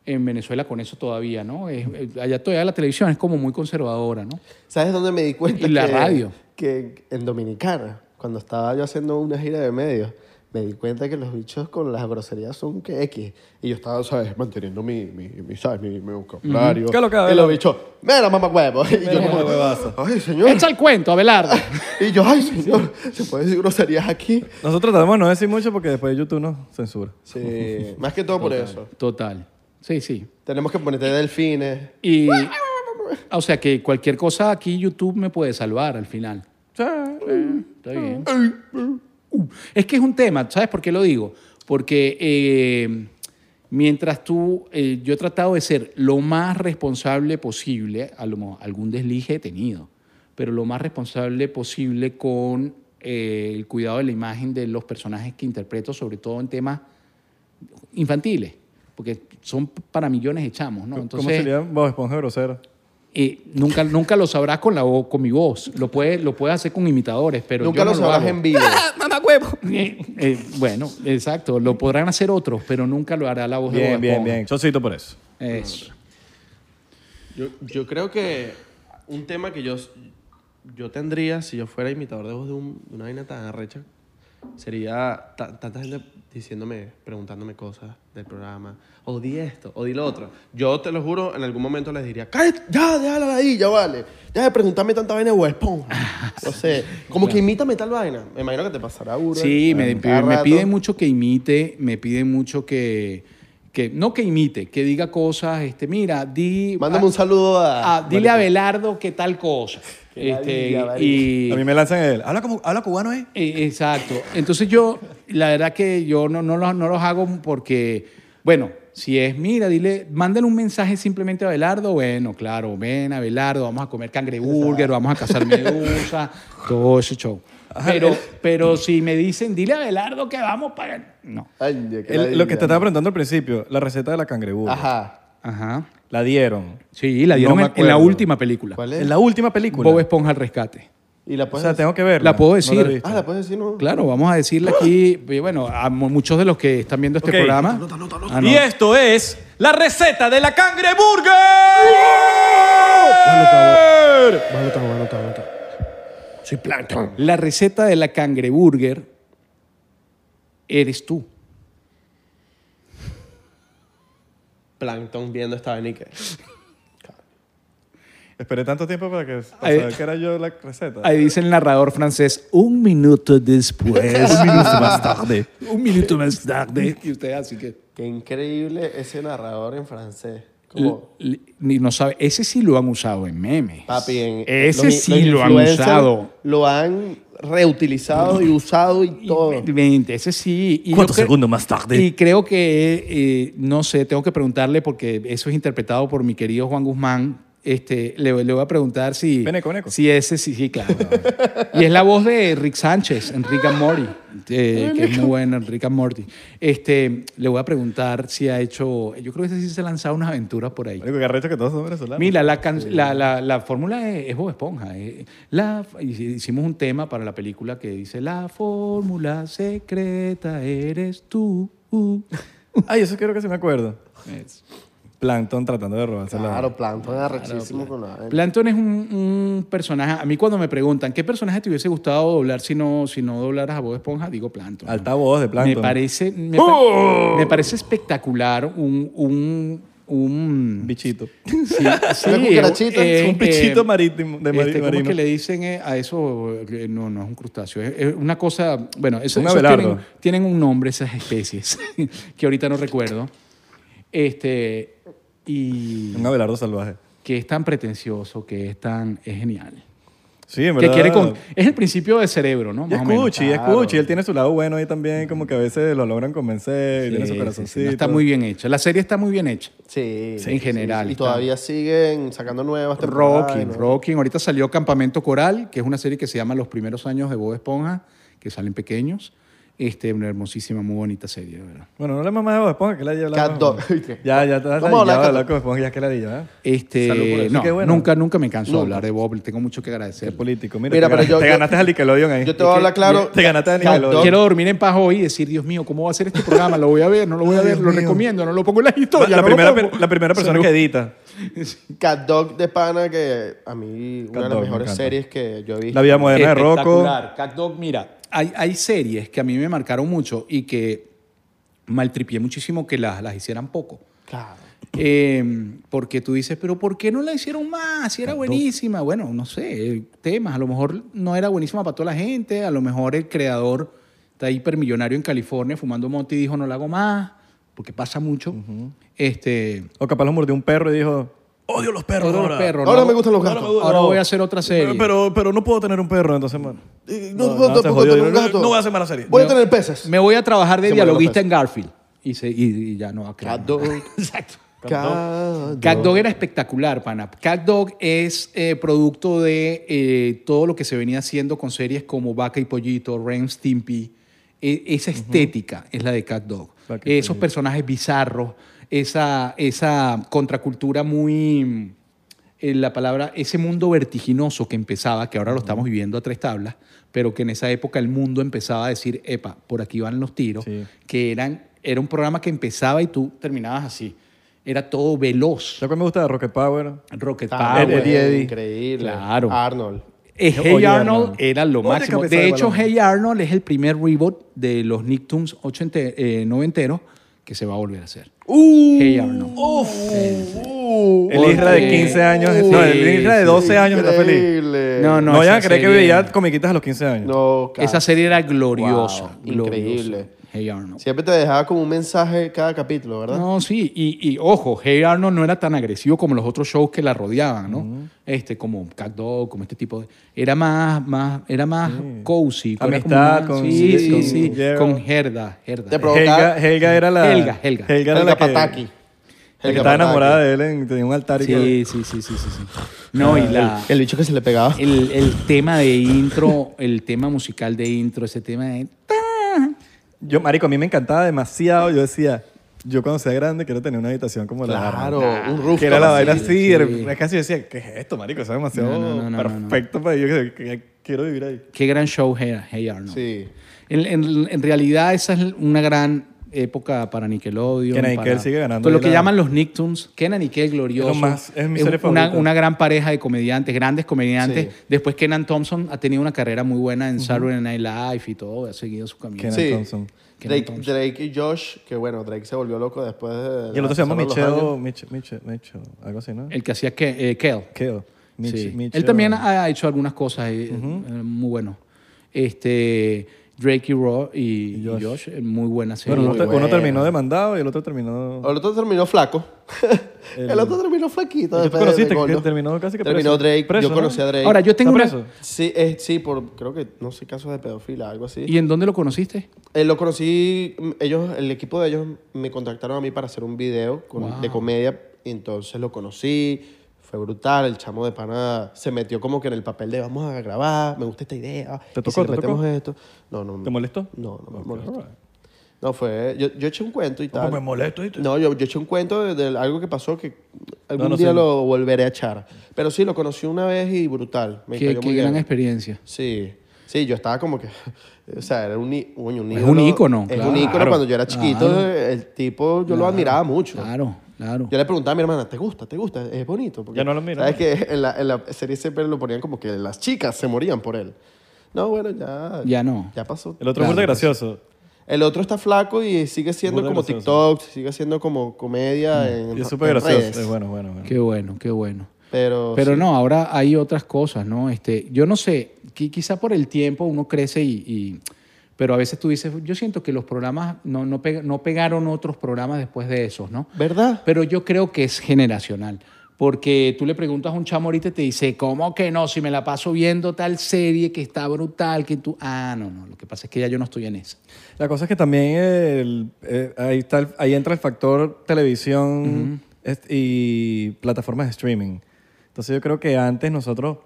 en Venezuela con eso todavía, ¿no? Es- es- allá todavía la televisión es como muy conservadora, ¿no?
¿Sabes dónde me di cuenta?
Y la
que,
radio.
Que en Dominicana, cuando estaba yo haciendo una gira de medios, me di cuenta que los bichos con las groserías son que X. Y yo estaba, ¿sabes? Manteniendo mi, mi, mi, ¿sabes? mi, mi vocabulario.
¿Qué es lo que habla?
y los bichos, mira, mamá huevo. [LAUGHS] Y yo como,
mamahuevazo.
ay, señor.
Echa el cuento, Abelardo.
Y yo, ay, señor, ¿se puede decir groserías aquí?
Nosotros tratamos de no decir mucho porque después YouTube nos censura.
Sí, más que todo por eso.
[LAUGHS] Total. Sí, sí.
Tenemos que ponerte delfines.
Y... O sea que cualquier cosa aquí YouTube me puede salvar al final.
O sea, eh,
Está bien. Uh, Es que es un tema, ¿sabes por qué lo digo? Porque eh, mientras tú, eh, yo he tratado de ser lo más responsable posible, a lo mejor algún deslige he tenido, pero lo más responsable posible con eh, el cuidado de la imagen de los personajes que interpreto, sobre todo en temas infantiles, porque son para millones de chamos, ¿no?
¿Cómo sería Bob Esponja grosera?
Eh, nunca, nunca lo sabrás con, la vo- con mi voz. Lo puedes lo puedes hacer con imitadores, pero
Nunca
yo
lo
no
sabrás
hago.
en vivo.
Eh, eh, bueno, exacto. Lo podrán hacer otros, pero nunca lo hará la voz de
Bien,
Bob
bien,
Esponja.
bien. Chocito por eso.
Eso.
Yo, yo creo que un tema que yo, yo tendría si yo fuera imitador de voz de, un- de una vaina tan arrecha sería ta- tanta gente diciéndome, preguntándome cosas del programa. O di esto, o di lo otro. Yo te lo juro, en algún momento les diría, "Cállate, ya, déjala la ya vale. Deja de preguntarme tanta vaina de
[LAUGHS]
Bob Esponja. No sé, como que imítame tal vaina. Me imagino que te pasará burda.
Sí, me,
Cada
me
rato.
piden mucho que imite, me piden mucho que, que- no que imite, que diga cosas, este, mira, di,
Mándame un saludo a...
ah, dile a Belardo que tal cosa. Este,
ladilla, vale.
y,
A mí me lanzan el. Habla, como, habla cubano, ¿eh?
Eh, Exacto. Entonces yo, la verdad que yo no, no, los, no los hago porque, bueno, si es, mira, dile, mándale un mensaje simplemente a Belardo, bueno, claro, ven a Belardo, vamos a comer cangreburger, vamos a cazar medusa, todo ese show. Pero, pero si me dicen, dile a Belardo que vamos para... No.
Ay, ya, qué
El- lo que
ladilla.
te estaba preguntando al principio, la receta de la cangreburger.
Ajá.
Ajá.
La dieron.
Sí, la
No
dieron
me
en, en la
acuerdo.
última película.
¿Cuál es?
En la última película.
Bob Esponja al rescate.
Y la
o
puedes
sea, tengo que verla.
La puedo
No
decir.
he visto.
Ah, la puedes decir, ¿no?
Claro, vamos a decirle aquí, y bueno, a mu- muchos de los que están viendo este
Ok.
programa. Ah, no.
Y esto es la receta de la cangreburger.
Soy Plankton.
La receta de la cangreburger eres tú.
Plankton viendo esta vaina y que-
Esperé tanto tiempo para que para
Ahí-
saber que era yo la receta. [LAUGHS]
Ahí dice el narrador francés, un minuto después. [LAUGHS] un minuto más tarde. un minuto más tarde. Y usted así que...
[LAUGHS] Qué increíble ese narrador en francés. Como,
L- Ni no sabe, ese sí lo han usado en memes.
papi, en,
ese
los-
sí
los
lo han
influencers
usado.
Lo han reutilizado y
[LAUGHS]
usado y todo.
Veinte, ese sí. Y
¿Cuántos
yo cre-
segundos más tarde?
Y creo que, eh, no sé, tengo que preguntarle porque eso es interpretado por mi querido Juan Guzmán. Este, le, le voy a preguntar si...
Veneco, veneco.
Si ese sí, sí, claro. [LAUGHS] y es la voz de Rick Sánchez, Enrique Morty,
Ah,
eh, que es muy bueno, Enrique Morty. Este, le voy a preguntar si ha hecho... Yo creo que ese sí se ha lanzado unas aventuras por ahí.
Marico, que arrecho que todos son venezolanos.
Mira, la, can- la, la- la fórmula es, es Bob Esponja. eh. La, hicimos un tema para la película que dice, la fórmula secreta eres tú. [LAUGHS]
Ay, eso quiero que se me acuerdo.
Es-
Plankton tratando de robarse la-
Claro, Plankton arrechísimo con la vaina.
Plankton es un, un personaje. A mí, cuando me preguntan qué personaje te hubiese gustado doblar si no, si no doblaras a Bob Esponja, digo Plankton.
Alta voz de ¡Oh!
me
Plankton.
parece, me, pa- me parece espectacular un, un- un
Bichito. [LAUGHS]
Sí, sí,
Una cucarachita,
eh,
un bichito
eh,
marítimo. De mari-
este, ¿Cómo es
marino.
que le dicen eh, a eso? Eh, No, no es un crustáceo. Es, es una cosa. Bueno, eso,
Un
esos
abelardo.
tienen, tienen un nombre esas especies [LAUGHS] que ahorita no recuerdo. Este. Y
Un abelardo salvaje.
que es tan pretencioso, que es tan. Es genial.
Sí, en
Que
verdad.
quiere con, es el principio de cerebro, ¿no?
Y
Más o
es
menos.
cuchi, es cuchi. Él tiene su lado bueno ahí también, como que a veces lo logran convencer, y tiene su
Sí, Ah, sí, sí, no,
corazoncito.
está muy bien hecha. La serie está muy bien hecha.
Sí,
Sí, en general,
Y
está.
todavía siguen sacando nuevas temporadas.
Rocking,
¿no?
Rocking. Ahorita salió Campamento Coral, que es una serie que se llama Los primeros años de Bob Esponja, que salen pequeños. Este, una hermosísima, muy bonita serie, de verdad.
Bueno, no le mamás de Bob Esponja, que la lleva
Cat Dog.
Ya, ya, ya.
Vamos a hablar de Cat
la
Dog.
Bob Esponja, ya que la diga, ¿eh? Salud por
Este,
eso,
no,
qué bueno.
nunca, nunca me canso de
Nunca.
hablar de Bob. Le tengo mucho que agradecer.
Político. Mira,
Mira,
te,
pero
gana-
yo-
te
yo-
ganaste a Nickelodeon ahí.
Yo te voy a hablar claro.
Te ganaste a
Cat Dog.
Nickelodeon.
Quiero dormir en paz hoy y decir, Dios mío, ¿cómo va a ser este programa? ¿Lo voy a ver? ¿No lo voy a ver? ¿Lo recomiendo? ¿No lo pongo en las
La,
historias?
la
¿No lo
primera,
pongo?
per- la primera persona
Salud.
que edita.
Cat Dog de Pana, que a mí una
Cat
de
Dog,
las
me
mejores
encanta.
series que yo he visto.
La vida moderna de Rocco.
Espectacular. Cat Dog, mira, hay, hay series que a mí me marcaron mucho y que maltripié muchísimo que las, las hicieran poco.
Claro.
Eh, porque tú dices, pero ¿por qué no la hicieron más? Si era buenísima. Bueno, no sé, temas. A lo mejor no era buenísima para toda la gente. A lo mejor el creador está hipermillonario en California fumando monte y dijo, no la hago más, porque pasa mucho. Este.
O capaz lo mordió un perro y dijo, odio los perros.
Ahora,
ahora.
perro,
Ahora
no-
me gustan los gatos.
Ahora voy a hacer otra serie.
Pero, pero, pero no puedo tener un perro, entonces, bueno.
Eh,
No,
No,
no,
puedo
se
tampoco
jodió.
tener un
No,
gato.
no voy a hacer mala serie.
Voy a tener peces.
Me voy a trabajar de
Se mueren los
dialoguista
peces.
en Garfield. Y, se- y- y ya no va a creer.
Cat Dog.
[LAUGHS] Exacto.
Cat
Cat Dog era espectacular, pana. Cat Dog es eh, producto de eh, todo lo que se venía haciendo con series como Vaca y Pollito, Ren Stimpy. E- esa estética es la de Cat Dog.
Vaca y
Esos personajes bizarros, esa, esa contracultura muy... eh, la palabra, ese mundo vertiginoso que empezaba, que ahora lo estamos viviendo a tres tablas, pero que en esa época el mundo empezaba a decir, epa, por aquí van los tiros,
Sí.
que eran, era un programa que empezaba y tú terminabas así. Era todo veloz.
¿Sabes cuál me gusta de Rocket Power?
Rocket
Ah,
Power.
Eddie,
güey,
Eddie.
Increíble.
Claro.
Arnold.
Eh,
Oye,
hey Arnold,
Arnold.
era lo
Oye,
máximo.
cabeza
De
de
hecho,
balón.
Hey Arnold es el primer reboot de los Nicktoons ochente, eh, noventeros que se va a volver a hacer.
Uh,
hey Arnold.
El Isra de
Porque-
15 años.
Uy,
no, el Isra de 12 años está feliz.
Increíble.
No,
No, vayan a
esa
creer que
serie-
veía comiquitas a los 15 años.
No, Cat.
Esa serie era gloriosa.
Wow,
gloriosa.
increíble.
Hey Arnold.
Siempre te dejaba como un mensaje cada capítulo, ¿verdad?
No, sí, y, y ojo, Hey Arnold no era tan agresivo como los otros shows que la rodeaban, ¿no? Este, como Cat Dog, como este tipo de... Era más, más, era más cozy. era como
Amistad
más-
con-
Sí, sí,
con-
sí,
Gerald.
con Gerda, Gerda. eh.
Te provoca-
Helga, Helga era la.
Helga, Helga.
Helga era
El
la que,
Capataki.
la que estaba enamorada de él. en- tenía un altar y Ah,
Sí, sí, sí, sí, sí, sí. No, y la,
El bicho que se le pegaba.
el, el tema de intro, el tema musical de intro, ese tema de...
Yo, marico, a mí me encantaba demasiado. Yo decía, yo cuando sea grande quiero tener una habitación como la de
Claro,
Arnold.
un rooftop.
Que era la vaina así.
así.
era- era casi yo decía, ¿qué es esto, marico? Eso es demasiado
No, no, no, no,
perfecto para yo. que- que- quiero vivir ahí.
Qué gran show, Hey, Hey Arnold.
Sí.
En, en- en realidad esa es una gran época para Nickelodeon.
Kenan y
para-
Kel sigue ganando
Todo lo
ahí
que
la-
llaman los Nicktoons. Kenan y Kel, glorioso.
Es lo más- es mi serie
una,
favorita.
una gran pareja de comediantes, grandes comediantes.
Sí.
Después Kenan Thompson ha tenido una carrera muy buena en Saturday Night Live y todo. Ha seguido su camino.
Kenan
Sí.
Thompson.
Kenan
Drake,
Thompson.
Drake y Josh, que bueno, Drake se volvió loco después de.
Y el otro se llama
de los
Micheo,
años.
Micheo, Micheo, algo así, ¿no?
El que hacía Ke- eh, Kel.
Keo. Mich-
Sí.
Micheo.
Él también ha hecho algunas cosas eh, eh, muy bueno. Este, Drake y Raw y, y Josh. eh, muy buena serie.
Bueno, uno,
muy
te- uno
buena.
terminó demandado y el otro terminó.
El otro terminó flaco. [LAUGHS] El, otro terminó flaquito.
¿Y tú
después de-
conociste
de
que
gordo.
terminó casi que preso?
Terminó Drake.
Preso,
yo
¿no?
conocí a Drake.
Ahora, yo tengo
¿Está
una-
preso?
Sí, eh, sí, por, creo que, no sé, casos de pedofilia, algo así.
¿Y en dónde lo conociste?
Eh, lo conocí, mm, ellos, el equipo de ellos me contactaron a mí para hacer un video con- de comedia, entonces lo conocí, fue brutal, el chamo de pana se metió como que en el papel de vamos a grabar, me gusta esta idea,
¿Te
y
tocó,
si le
te tocó?
metemos esto. No, no,
¿Te molestó?
No, no me
Ok,
molestó.
alright. pues
No, fue, yo, yo eché un cuento y tal.
me molesto, ¿viste?
No, yo, yo eché un cuento de, de algo que pasó que algún
no,
día
sí.
lo volveré a echar, pero sí, lo conocí una vez y brutal, me
Qué,
cayó
qué
muy
gran
bien.
experiencia.
Sí, sí, yo estaba como que, [LAUGHS] o sea, era un, i- coño, un
Es
ícono.
un ícono,
Es
claro.
un ícono cuando yo era chiquito,
Claro.
el tipo, yo lo admiraba mucho.
Claro, claro.
Yo le preguntaba a mi hermana, ¿te gusta? ¿Te gusta? Es bonito. Porque,
Ya no lo mira,
¿Sabes
¿no?
que en la, en la serie siempre lo ponían como que las chicas se morían por él. No, bueno, ya.
Ya no.
Ya pasó.
El otro es muy gracioso.
El otro está flaco y sigue siendo
Burda
como
gracioso. Mm.
TikTok, sigue siendo como comedia en
Y es
ra-
súper
en
gracioso.
redes.
Es bueno, bueno, bueno.
Qué bueno, qué bueno.
Pero,
Pero
sí.
no, ahora hay otras cosas, ¿no? Este, yo no sé, qui- quizá por el tiempo uno crece y, y- Pero a veces tú dices, yo siento que los programas no, no, pega- no pegaron otros programas después de esos, ¿no?
¿Verdad?
Pero yo creo que es generacional. Porque tú le preguntas a un chamo ahorita y te dice, ¿cómo que no? Si me la paso viendo tal serie que está brutal, que tú... Ah, no, no, lo que pasa es que ya yo no estoy en esa.
La cosa es que también el- eh, ahí, está el- ahí entra el factor televisión est- y plataformas de streaming. Entonces yo creo que antes nosotros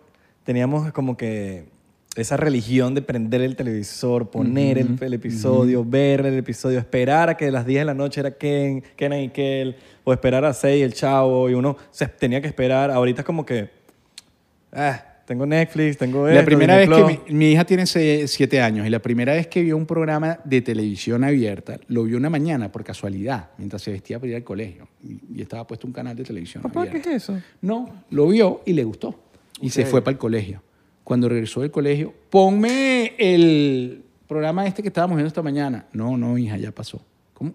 teníamos como que esa religión de prender el televisor, poner el- el, episodio, ver el episodio, esperar a que a las 10 de la noche era Ken, Ken y Kel, o esperar a 6 el chavo, y uno se tenía que esperar. Ahorita es como que, ah, tengo Netflix, tengo
La
esto,
primera vez
Disney
que
Plus.
mi, mi hija tiene se- siete años y la primera vez que vio un programa de televisión abierta, lo vio una mañana por casualidad, mientras se vestía para ir al colegio y, y estaba puesto un canal de televisión
Papá, ¿qué
abierta.
es eso?
No, lo vio y le gustó y se fue para el colegio. Cuando regresó del colegio, ponme el programa este que estábamos viendo esta mañana. No, no, hija, ya pasó. ¿Cómo?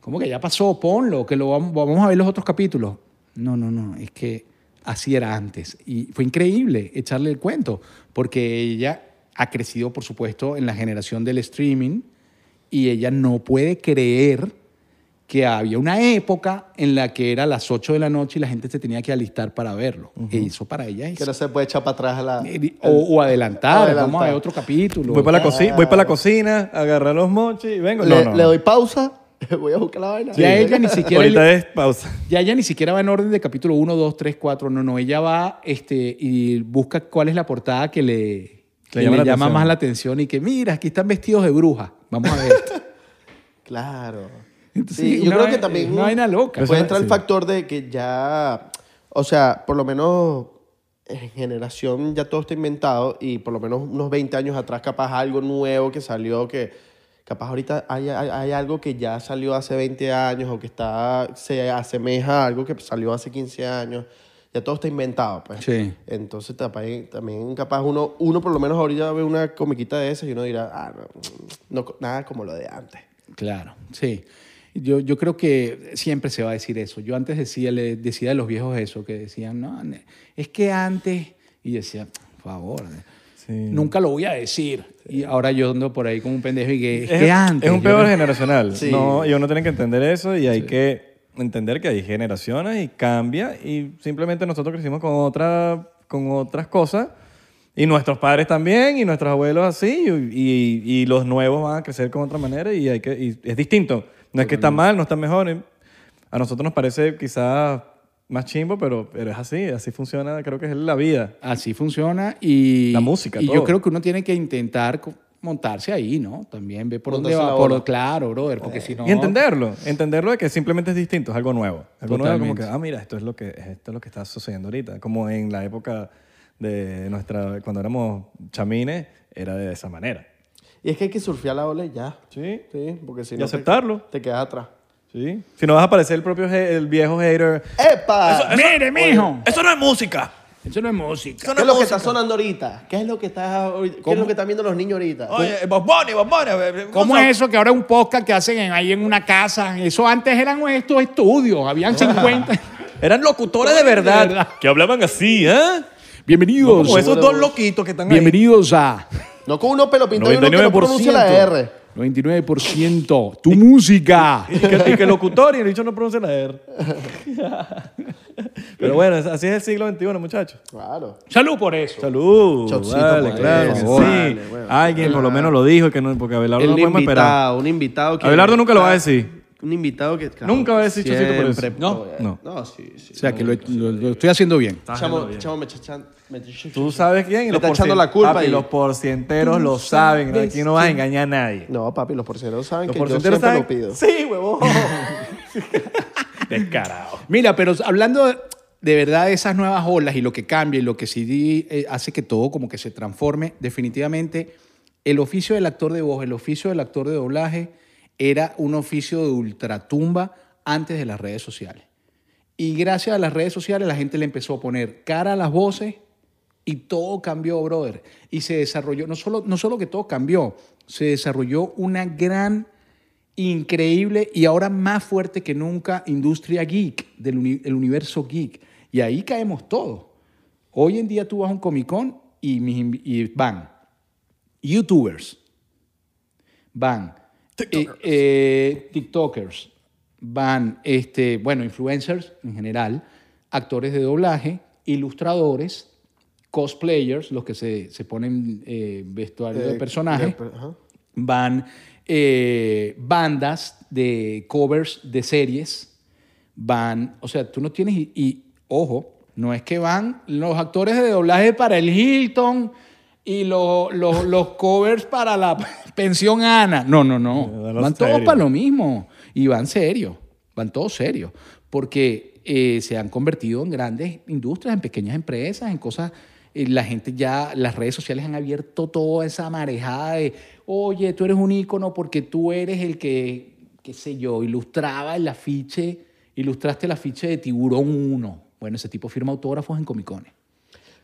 ¿Cómo que ya pasó? Ponlo, que lo vamos, vamos a ver los otros capítulos. No, no, no, es que así era antes. Y fue increíble echarle el cuento, porque ella ha crecido, por supuesto, en la generación del streaming y ella no puede creer que había una época en la que era las 8 de la noche y la gente se tenía que alistar para verlo. E eso para ella es...
Que no se puede echar para atrás a la...
O, o adelantar,
Adelantar.
vamos a ver otro capítulo.
Voy para, la
Ah.
coci- voy para la cocina, agarrar los mochis y vengo.
le,
no, no.
le doy pausa, [LAUGHS] voy a buscar la vaina.
Ya ella ni siquiera...
Ahorita es pausa.
Ya ella ni siquiera va en orden de capítulo 1, 2, 3, 4. No, no. Ella va este, y busca cuál es la portada que le, que
llama la
le llama
atención.
más la atención y que, mira, aquí están vestidos de bruja. Vamos a ver esto.
[LAUGHS]
Claro.
Entonces, eh,
Sí, yo
una
creo
vai-
que también...
una vaina loca.
Puede
Eso-
entrar el
sí.
factor de que ya... O sea, por lo menos en generación ya todo está inventado y por lo menos unos 20 años atrás capaz algo nuevo que salió que... Capaz ahorita hay, hay- hay algo que ya salió hace 20 años o que está, se asemeja a algo que salió hace 15 años. Ya todo está inventado, pues.
Sí.
Entonces también, también capaz uno, uno por lo menos ahorita ve una comiquita de esas y uno dirá, ah, no, no, nada como lo de antes.
Claro, sí. Yo, yo creo que siempre se va a decir eso. Yo antes decía, le decía a los viejos eso, que decían, no, ne- es que antes... Y decía, por favor, ne-
Sí.
nunca lo voy a decir. Y ahora yo ando por ahí como un pendejo y que es,
Es,
que antes.
es un
yo
peor
no-
generacional.
Sí.
No, y uno tiene que entender eso y hay que entender que hay generaciones y cambia y simplemente nosotros crecimos con, otra, con otras cosas y nuestros padres también y nuestros abuelos así y, y- y los nuevos van a crecer con otra manera y, hay que, y es distinto. No es que está mal, no está mejor. eh, A nosotros nos parece quizás más chimbo, pero, pero es así, así funciona, creo que es la vida.
Así funciona y...
La música,
Y yo
todo.
creo que uno tiene que intentar co- montarse ahí, ¿no? También ve por
Montarse
dónde
la
va. Por,
ola.
claro, brother, porque si no...
Eh, Y entenderlo, entenderlo de que simplemente es distinto, es algo nuevo. Algo nuevo como
Totalmente.
que, ah, mira, esto es lo que esto es lo que está sucediendo ahorita, como en la época de nuestra cuando éramos chamines era de esa manera.
Y es que hay que surfear la ola y ya.
Sí.
Sí, porque si
Y
no. te-
aceptarlo.
Te, quedas atrás.
¿Sí? Si no vas a aparecer el propio he- el viejo hater,
¡Epa!
¡Mire, mijo!
eso no es música.
Eso no es música.
¿Qué es lo que está sonando ahorita? ¿Qué es lo que está, ahorita- ¿Qué es lo que están viendo los niños ahorita?
Oye, Bob Bunny, Bob Bunny, eh, eh,
¿Cómo es eso que ahora un podcast que hacen en- ahí en una casa? Eso antes eran estos estudios,
[LAUGHS]
habían 50.
Eran locutores de
verdad.
que hablaban así, ¿eh?
Bienvenidos.
Como esos dos loquitos que pues están ahí.
Bienvenidos a
No con unos pelo pintado y uno que no
99%.
pronuncia la R.
99% Tu Música.
Y que, y que el locutor y el dicho no pronuncia la
[LAUGHS]
R. Pero bueno, es- así es el siglo XXI, muchachos.
Claro.
Salud por eso.
Salud.
Chocito, pues.
vale,
por
claro que sí.
favor. Vale, bueno.
Alguien por lo menos lo dijo, que no, porque Abelardo no podemos esperar.
un invitado
Abelardo nunca lo va a decir.
Un invitado que. claro,
Nunca va a decir Chocito por eso.
siempre,
No, no.
sí, sí.
O sea, que lo, lo- lo estoy haciendo bien.
Chamo, chamo, me chachan. me chachan-
Tú sabes quién. y
Me
los
está echando
porcien-
la culpa
Papi,
ahí.
los porcienteros lo saben. ¿no? Aquí no vas a engañar a nadie.
No, papi, los porceros saben
Los
que yo
porcienteros
siempre
saben.
lo pido.
Sí, huevón.
[LAUGHS]
Descarado.
Mira, pero hablando de- de verdad de esas nuevas olas y lo que cambia y lo que sí eh, hace que todo como que se transforme, definitivamente el oficio del actor de voz, el oficio del actor de doblaje era un oficio de ultratumba antes de las redes sociales. Y gracias a las redes sociales la gente le empezó a poner cara a las voces y Y todo cambió, brother. Y se desarrolló, no solo, no solo que todo cambió, se desarrolló una gran, increíble y ahora más fuerte que nunca industria geek, del uni- el universo geek. Y ahí caemos todos. Hoy en día tú vas a un Comic Con y, mis invi- y van YouTubers, van TikTokers, TikTokers van este, bueno, influencers en general, actores de doblaje, ilustradores, cosplayers, los que se, se ponen eh, vestuario de
Eh,
personaje,
de per- ajá.
van eh, bandas de covers de series, van, o sea, tú no tienes, y, y, ojo, no es que van los actores de doblaje para el Hilton y lo- lo- los covers para la [LAUGHS] pensión Ana. No, no, no.
Van los
Van todos
serios.
para lo mismo. Y van serios, van todos serios. Porque eh, se han convertido en grandes industrias, en pequeñas empresas, en cosas... eh, La gente ya, las redes sociales han abierto toda esa marejada de, oye, tú eres un ícono porque tú eres el que, qué sé yo, ilustraba el afiche, ilustraste el afiche de Tiburón 1. Bueno, ese tipo firma autógrafos en comicones.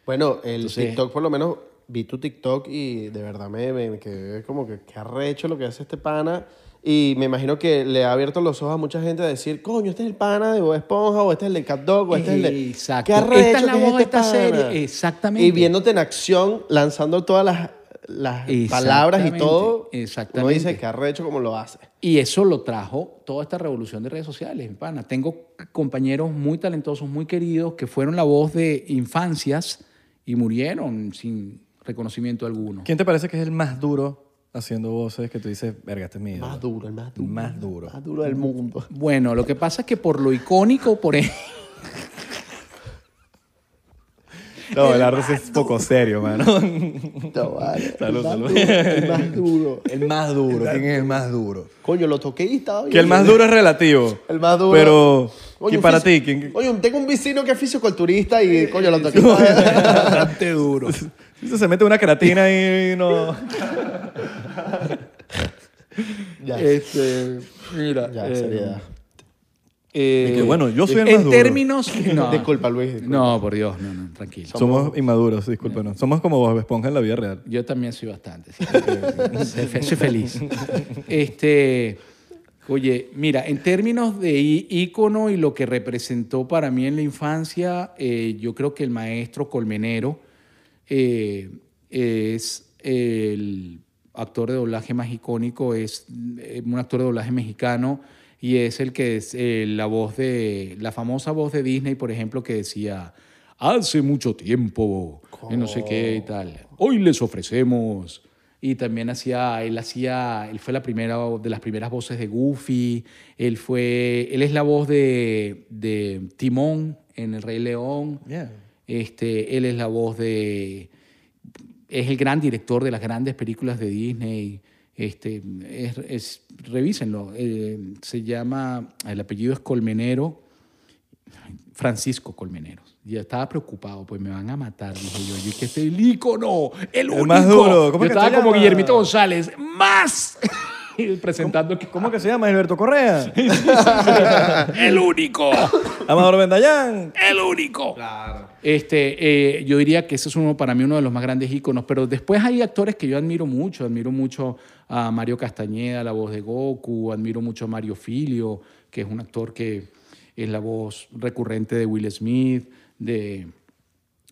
Bueno, el
Entonces-
TikTok por lo menos vi tu TikTok y de verdad me, me quedé como que qué arrecho lo que hace este pana. Y me imagino que le ha abierto los ojos a mucha gente a decir, coño, este es el pana de Bob Esponja, o este es el del Cat Dog, o este es el de...
Exacto.
Qué arrecho
Esta es la
que
voz de
este
esta
pana".
serie. Exactamente.
Y viéndote en acción, lanzando todas las, las palabras y
Exactamente,
todo. Uno
exactamente.
dice, qué arrecho como lo hace.
Y eso lo trajo toda esta revolución de redes sociales, mi pana. Tengo compañeros muy talentosos, muy queridos, que fueron la voz de infancias y murieron sin reconocimiento alguno.
¿Quién te parece que es el más duro haciendo voces que tú dices, verga, este es mi ídolo"?
Más duro, el más duro.
Más duro.
el Más duro del
[LAUGHS]
mundo.
Bueno, lo que pasa es que por lo icónico, por ejemplo...
No, el arroz es poco serio, mano.
No, vale.
Salud,
el más
salud.
duro, el más
[LAUGHS]
duro.
El más duro. ¿Quién es el más duro?
Coño, lo toqué y estaba bien.
Que el más duro es relativo.
El más duro.
Pero,
Coño,
¿quién
un
para
fisi-
ti? ¿Quién?
Coño, tengo un vecino que es fisiculturista y coño, lo toqué.
Bastante duro.
[LAUGHS] Eso se mete una creatina ahí y no...
ya,
[LAUGHS] Este, mira.
ya,
eh,
seriedad.
eh,
Y que, bueno, yo soy el
en
más duro.
[LAUGHS]
términos... No.
Disculpa, Luis. disculpa.
No, por Dios, no, no, tranquilo.
Somos inmaduros, discúlpenos. Somos como Bob Esponja en la vida real.
Yo también soy bastante. [LAUGHS] sí. soy fe- soy feliz. Este, oye, mira, en términos de í- ícono y lo que representó para mí en la infancia, eh, yo creo que el maestro Colmenero eh, es el actor de doblaje más icónico, es eh, un actor de doblaje mexicano y es el que es eh, la voz de, la famosa voz de Disney, por ejemplo, que decía, hace mucho tiempo, y no sé qué y tal, hoy les ofrecemos. Y también hacía, él hacía, él fue la primera de las primeras voces de Goofy, él fue, él es la voz de, de Timón en El Rey León. Este, él es la voz de. Es el gran director de las grandes películas de Disney. Este, es, es- revísenlo. Eh, se llama. El apellido es Colmenero. Francisco Colmenero. Ya estaba preocupado, pues me van a matar. Dije yo, yo que este es el ícono, el único.
más duro. ¿Cómo
yo
que se
estaba como
llama?
Guillermito González, más. [LAUGHS] presentando que
¿Cómo que se llama Gilberto
[LAUGHS]
Correa? Ah.
el único.
Amador Bendayán.
el único. Este, eh, yo diría que ese es uno, para mí uno de los más grandes íconos, pero después hay actores que yo admiro mucho, admiro mucho a Mario Castañeda, la voz de Goku, admiro mucho a Mario Filio, que es un actor que es la voz recurrente de Will Smith, de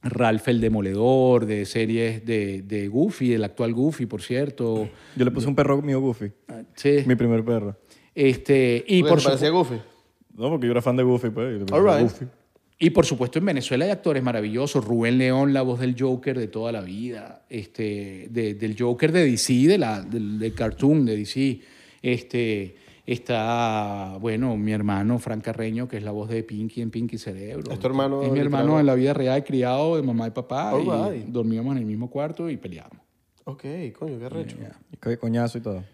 Ralph el Demoledor, de series de, de Goofy, del actual Goofy, por cierto.
Yo le puse un perro mío Goofy.
Sí.
Mm. Mi primer perro.
Este, y
Porque
por
se parecía
supuesto...
Goofy.
No, porque yo era fan de Goofy, pues. y le puse
All right.
Goofy.
Y por supuesto en Venezuela hay actores maravillosos. Rubén León, la voz del Joker de toda la vida. Este, de- del Joker de DC, de la, del, del cartoon de DC. Este, está, bueno, mi hermano Fran Carreño, que es la voz de Pinky en Pinky Cerebro.
¿Es tu hermano
Es mi
literal? Oh,
hermano en la vida real, criado de mamá y papá.
All
y
right.
Dormíamos en el mismo cuarto y peleábamos.
Ok, coño, qué arrecho.
Y qué coñazo y todo.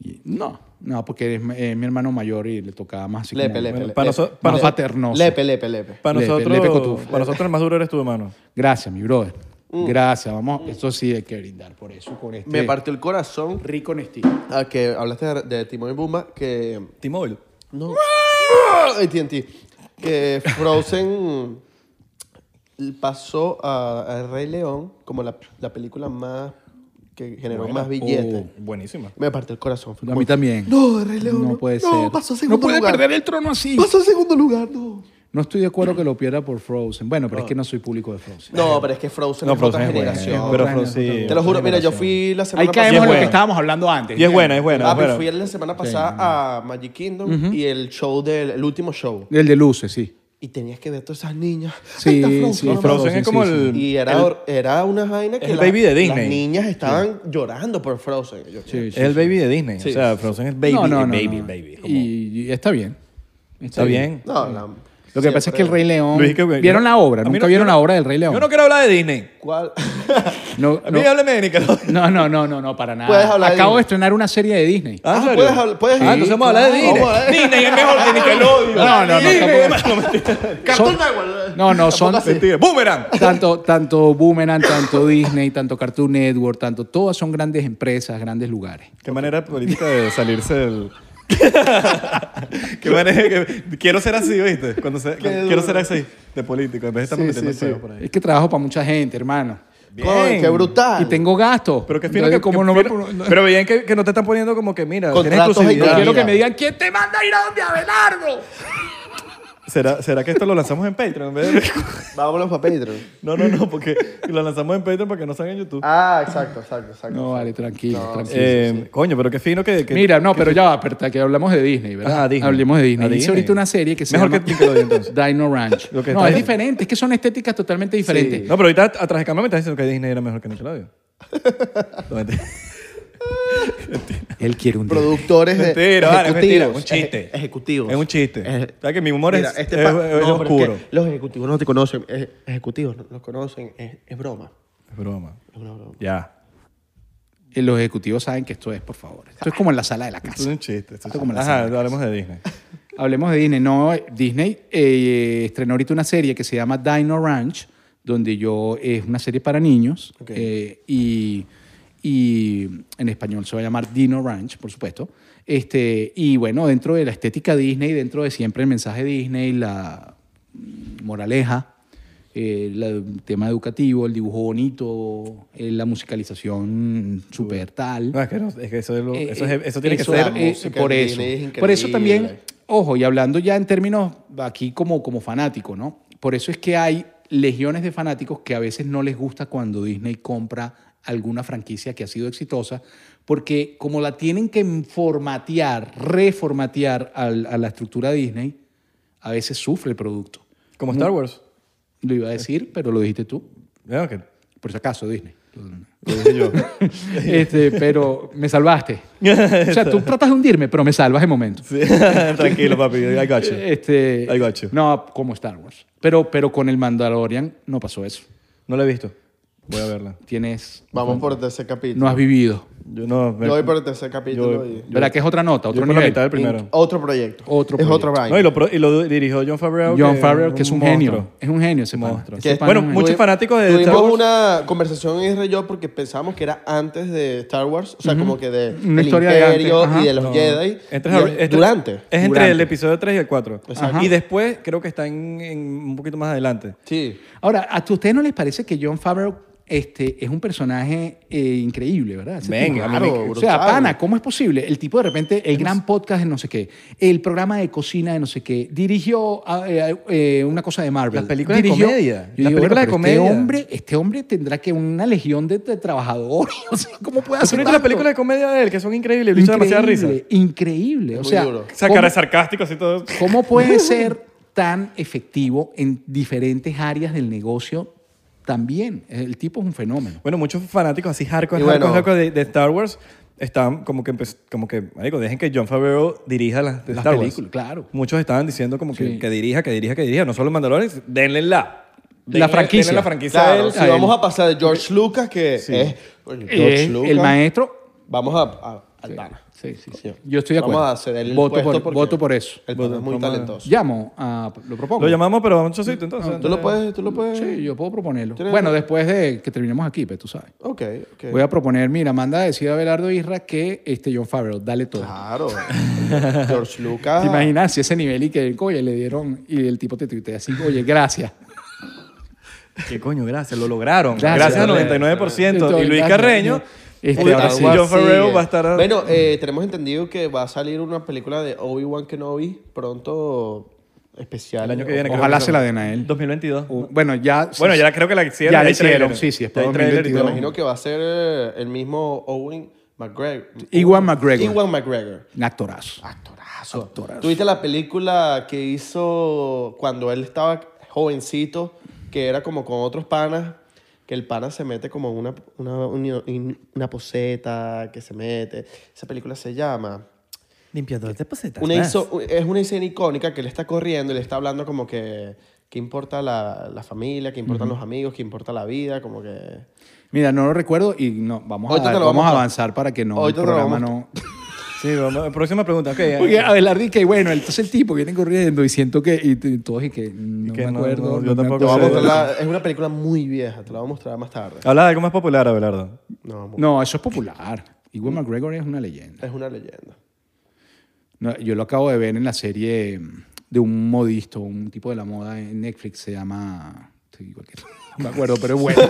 Y- no, no, porque es, eh, mi hermano mayor y le tocaba más. así
Lepe,
como-
lepe,
Bueno,
lepe.
para
lepe.
noso- para
Más
noso-
paternoso.
Lepe, lepe, lepe.
Para
Lepe,
nosotros,
Lepe Cotufo.
para nosotros el más duro eres tú, hermano.
Gracias, mi brother. Gracias, vamos. Eso sí hay que brindar por eso, con este
Mm. Me partió el corazón
rico en estilo.
a que hablaste de, de Timón y Bumba, que...
T-Mobile.
No. AT&T. Que Frozen pasó a, a Rey León como la, la película más que generó
Buena. Oh.
más billetes.
Buenísima.
Me partió el corazón. Fue
A
como,
mí también.
No, Rey León.
No puede ser.
No, pasó a segundo
no puede
lugar.
perder el trono así.
Pasó a segundo lugar, no.
No estoy de acuerdo que lo pierda por Frozen. Bueno,
Ah.
pero es que no soy público de Frozen.
No, pero es que Frozen
No,
es otra
Frozen es buena.
generación.
Pero
otra
Frozen.
generación.
Te lo juro, mira, yo fui la semana
Ahí
pasada.
caemos en lo
buena.
que estábamos hablando antes.
Y es buena, es buena.
Ah,
es
pero
buena.
fui la semana pasada a Magic Kingdom y el show del el último show.
El de luces, sí.
Y tenías que ver todas esas niñas.
Sí,
Ahí está Frozen,
sí,
mamá.
Frozen
Frozen,
es como
sí, sí.
el.
Y era,
el-
era una vaina que
el
la-
baby de
las
Disney.
niñas estaban llorando por Frozen. Yo,
Sí, sí.
es el baby de Disney.
Sí.
O sea, Frozen es baby,
No, no, no,
baby,
no.
baby. como-
Y, y está bien.
Está bien.
No, no.
Lo que pasa es que el Rey León.
Luis, que-
¿Vieron la obra?
A mí
¿Nunca
no-
vieron
yo no-
la obra del Rey León?
Yo no quiero hablar de Disney.
¿Cuál?
[LAUGHS] No,
A
no.
mí hábleme de Nickelodeon.
No, no, no, no, no, para nada.
Puedes hablar de
Acabo de
Disney.
estrenar una serie de Disney.
Ah, ¿en
Ah,
serio?
puedes hablar- puedes-
Ah, entonces vamos a hablar de
Sí,
Disney.
claro. Vamos a-
Disney es mejor que Nickelodeon.
No, no, no,
Disney-
Cartoon Network.
No, no, son
Tampoco así.
Mentira. Boomerang.
tanto, tanto Boomerang, tanto Disney, tanto Cartoon Network, tanto. Todas son grandes empresas, grandes lugares.
Qué manera política de salirse del. [LAUGHS] Qué manera que- Quiero ser así, ¿viste? Cuando se- cuando- Quiero ser así, de político. En vez de estar
Sí,
metiendo
sí, sí.
pedos por ahí.
Es que trabajo para mucha gente, hermano.
Coño, qué brutal.
Y tengo gastos.
Pero qué fino
Entonces,
que.
como
que
no me-
fino-
no-
Pero bien que, que no te están poniendo como que, mira, tienes
Contratos ahí,
exclusividad.
no
quiero
mira.
que me digan quién te manda a ir a donde Abelardo.
¿Será, ¿Será que esto lo lanzamos en Patreon? en vez de-
Vámonos para Pedro.
No, no, no, porque lo lanzamos en Patreon para que no salga en YouTube.
Ah, exacto, exacto, exacto.
No, vale, tranquilo, tranquilo.
Eh, Coño, pero qué fino que. que-
Mira, no, pero ya va, Perta, que hablamos de Disney, ¿verdad?
Ah, Disney.
Hablemos de Disney.
Ah,
Hice
Disney.
ahorita una serie que se
Mejor
llama
que Nickelodeon, entonces.
Dino Ranch.
Lo que
No,
está
es
bien.
diferente, es que son estéticas totalmente diferentes.
No, pero ahorita atrás de cámara me estás diciendo que Disney era mejor que [LAUGHS] Nickelodeon. No, mentira.
Él quiere un Disney.
Productores de
Mentira, vale, es mentira.
ejecutivos.
Un chiste.
Eje- ejecutivos.
Es un chiste.
Eje-
O sea que mi humor
Mira,
es, es-
este pa-
es
no, pero es que
oscuro. Es,
los ejecutivos no te conocen. eje- ejecutivos no los conocen. Es, es broma.
broma.
Es una broma.
Ya.
Eh, Los ejecutivos saben que esto es, por favor. Esto es como en la sala de la
Esto es
casa.
un chiste. esto es
Esto como la
Ajá,
sangre.
hablemos de Disney.
Hablemos de Disney. No, Disney eh, estrenó ahorita una serie que se llama Dino Ranch, donde yo es una serie para niños eh, y, y en español se va a llamar Dino Ranch, por supuesto. Este, y bueno, dentro de la estética Disney, dentro de siempre el mensaje Disney, la mm, moraleja, eh, la- el tema educativo, el dibujo bonito, eh, la musicalización super tal.
No, es que, no, es que eso, es lo-
Eh,
eso,
eh,
es- eso tiene
eso,
que
eh,
ser.
la música
por
de
eso.
Disney es
por eso también,
increíble.
ojo, y hablando ya en términos aquí como, como fanático, ¿no? Por eso es que hay legiones de fanáticos que a veces no les gusta cuando Disney compra alguna franquicia que ha sido exitosa, porque como la tienen que formatear, reformatear al- a la estructura Disney, a veces sufre el producto.
Como Star Wars.
Lo iba a decir, pero lo dijiste tú,
Ya, que
por si
[LAUGHS]
acaso, Disney.
lo dije [LAUGHS] yo.
Este, pero me salvaste. O sea, tú tratas de hundirme, pero me salvas de momento.
Sí, [LAUGHS] Tranquilo, papi. I got you.
Este,
I got you.
No, como Star Wars. Pero, pero con el Mandalorian no pasó eso.
No la he visto. Voy a verla.
Tienes,
Vamos por el tercer capítulo.
no has vivido.
Yo no. me-
Yo voy por el tercer
Yo-
capítulo. y-
¿Verdad que es otra nota,
yo
otro
por la
nivel?
mitad del primero.
Otro proyecto.
Otro
es
proyecto.
otro vaina.
No, y, lo, pro- y lo dirigió John Favreau.
John
que
Favreau, que es un, genio.
monstruo.
Es un genio ese
Monstruo.
monstruo.
Que-
Bueno, muchos
Tuvi-
fanáticos de
Tuvimos
Star Wars.
una conversación en y yo porque pensábamos que era antes de Star Wars, o sea, como que de
Una
el
historia de
Imperio
antes, ajá.
y de los Jedi.
Este
Entre-
y es
entre-
durante.
este, Es entre
Durante.
el episodio 3 y el 4.
Exacto. Ah,
Y después creo que está en, en un poquito más adelante.
Sí.
Ahora, ¿a tu- ustedes no les parece que John Favreau este, es un personaje eh, increíble, verdad? Ese
Venga,
tipo-
a mí me-
Claro,
O sea,
brutal.
pana, ¿cómo es posible? El tipo de repente, el gran podcast de no sé qué, el programa de cocina de no sé qué, dirigió ah, eh, eh, una cosa de Marvel.
Las películas de comedia.
Yo
Las películas de
digo, bueno, pero este
comedia.
hombre, este hombre tendrá que una legión de, de trabajadores. [LAUGHS] O sea, ¿cómo puede
Son
hacer tanto?
las películas de comedia de él que son increíbles. Le hizo demasiada risa.
Increíble, Increíble. O
muy
sea,
duro.
Esa cara de sarcástico así todo. [LAUGHS]
¿Cómo puede ser tan efectivo en diferentes áreas del negocio también? El tipo es un fenómeno.
Bueno, muchos fanáticos así hardcore,
Y bueno.
hardcore, hardcore de, de Star Wars están como que, empe- como que, marico, dejen que John Favreau dirija las, de
Las
Star Wars.
películas, claro.
Muchos estaban diciendo como que,
Sí.
que dirija, que dirija, que dirija. No solo Mandalorian, denle la. denle-
franquicia.
denle la franquicia a
Claro,
él.
si
a él.
vamos a pasar de George Lucas, que es coño, George
Es
Lucas.
Eh, el maestro.
Vamos a, a- al pana.
Sí, sí, sí.
Sí.
Yo estoy de
Vamos
acuerdo.
a ceder el
voto,
puesto
por,
porque-
voto por eso.
El pana es muy
Vamos a-
talentoso.
Llamo a. Lo propongo.
Lo llamamos, pero vamos a un chocito, entonces.
Tú lo puedes, tú lo puedes.
Sí, yo puedo proponerlo.
¿Tienes-
Bueno, después de que terminemos aquí, pues tú sabes.
Ok, ok.
Voy a proponer, mira, manda a decir a Belardo Isra que este John Favreau, dale todo. [LAUGHS]
Claro. George Lucas.
¿Te imaginas si ese nivel y que, oye, le dieron y el tipo te tuitea así, oye, gracias.
¿Qué coño? Gracias, lo lograron.
Gracias,
Gracias, al
Carreño.
99%. Y Luis
Gracias,
Carreño.
Este,
Puta,
así
John
Algo así,
Favreau
eh.
va a estar.
Bueno, eh, tenemos entendido que va a salir una película de Obi-Wan Kenobi pronto especial.
el año que viene. creo
Ojalá
que
se la den a él.
2022.
O-
[LAUGHS]
Bueno, ya.
Bueno, ya creo que la hicieron.
Ya
hay
la hicieron,
trailer.
sí, sí, es para
Ya hay trailer y todo.
Me imagino que va a ser eh, el mismo Owen McGregor.
Iwan McGregor.
Iwan McGregor.
Un actorazo.
Actorazo.
Actorazo.
¿Tuviste la película que hizo cuando él estaba jovencito, que era como con otros panas, que el pana se mete como en una, una, una, una poseta, que se mete? Esa película se llama...
Limpiador de posetas.
Una
más.
hizo- es una escena icónica que le está corriendo y le está hablando como que qué importa la, la familia, qué importan los amigos, qué importa la vida, como que...
Mira, no lo recuerdo y no, vamos, a,
Ahorita te lo
vamos
vamos
a
a-
avanzar para que no el
Ahorita te lo
programa
vamos [LAUGHS]
no. [LAUGHS]
Sí, vamos, próxima pregunta. ok, eh,
Porque Abelardi que bueno, entonces el tipo viene corriendo y siento que y, t- todos y que no
que
me
no,
acuerdo.
no, yo
me
tampoco
Te
acuerdo.
voy a
Sí.
mostrar la- es una película muy vieja, te la voy a mostrar más tarde.
Habla de algo más popular, Abelardo.
No, mu-
No, eso es popular. Iwan McGregor es una leyenda.
es una leyenda.
No, yo lo acabo de ver en la serie de un modisto, un tipo de la moda en Netflix se llama estoy igual que- [LAUGHS] no me acuerdo, pero es bueno.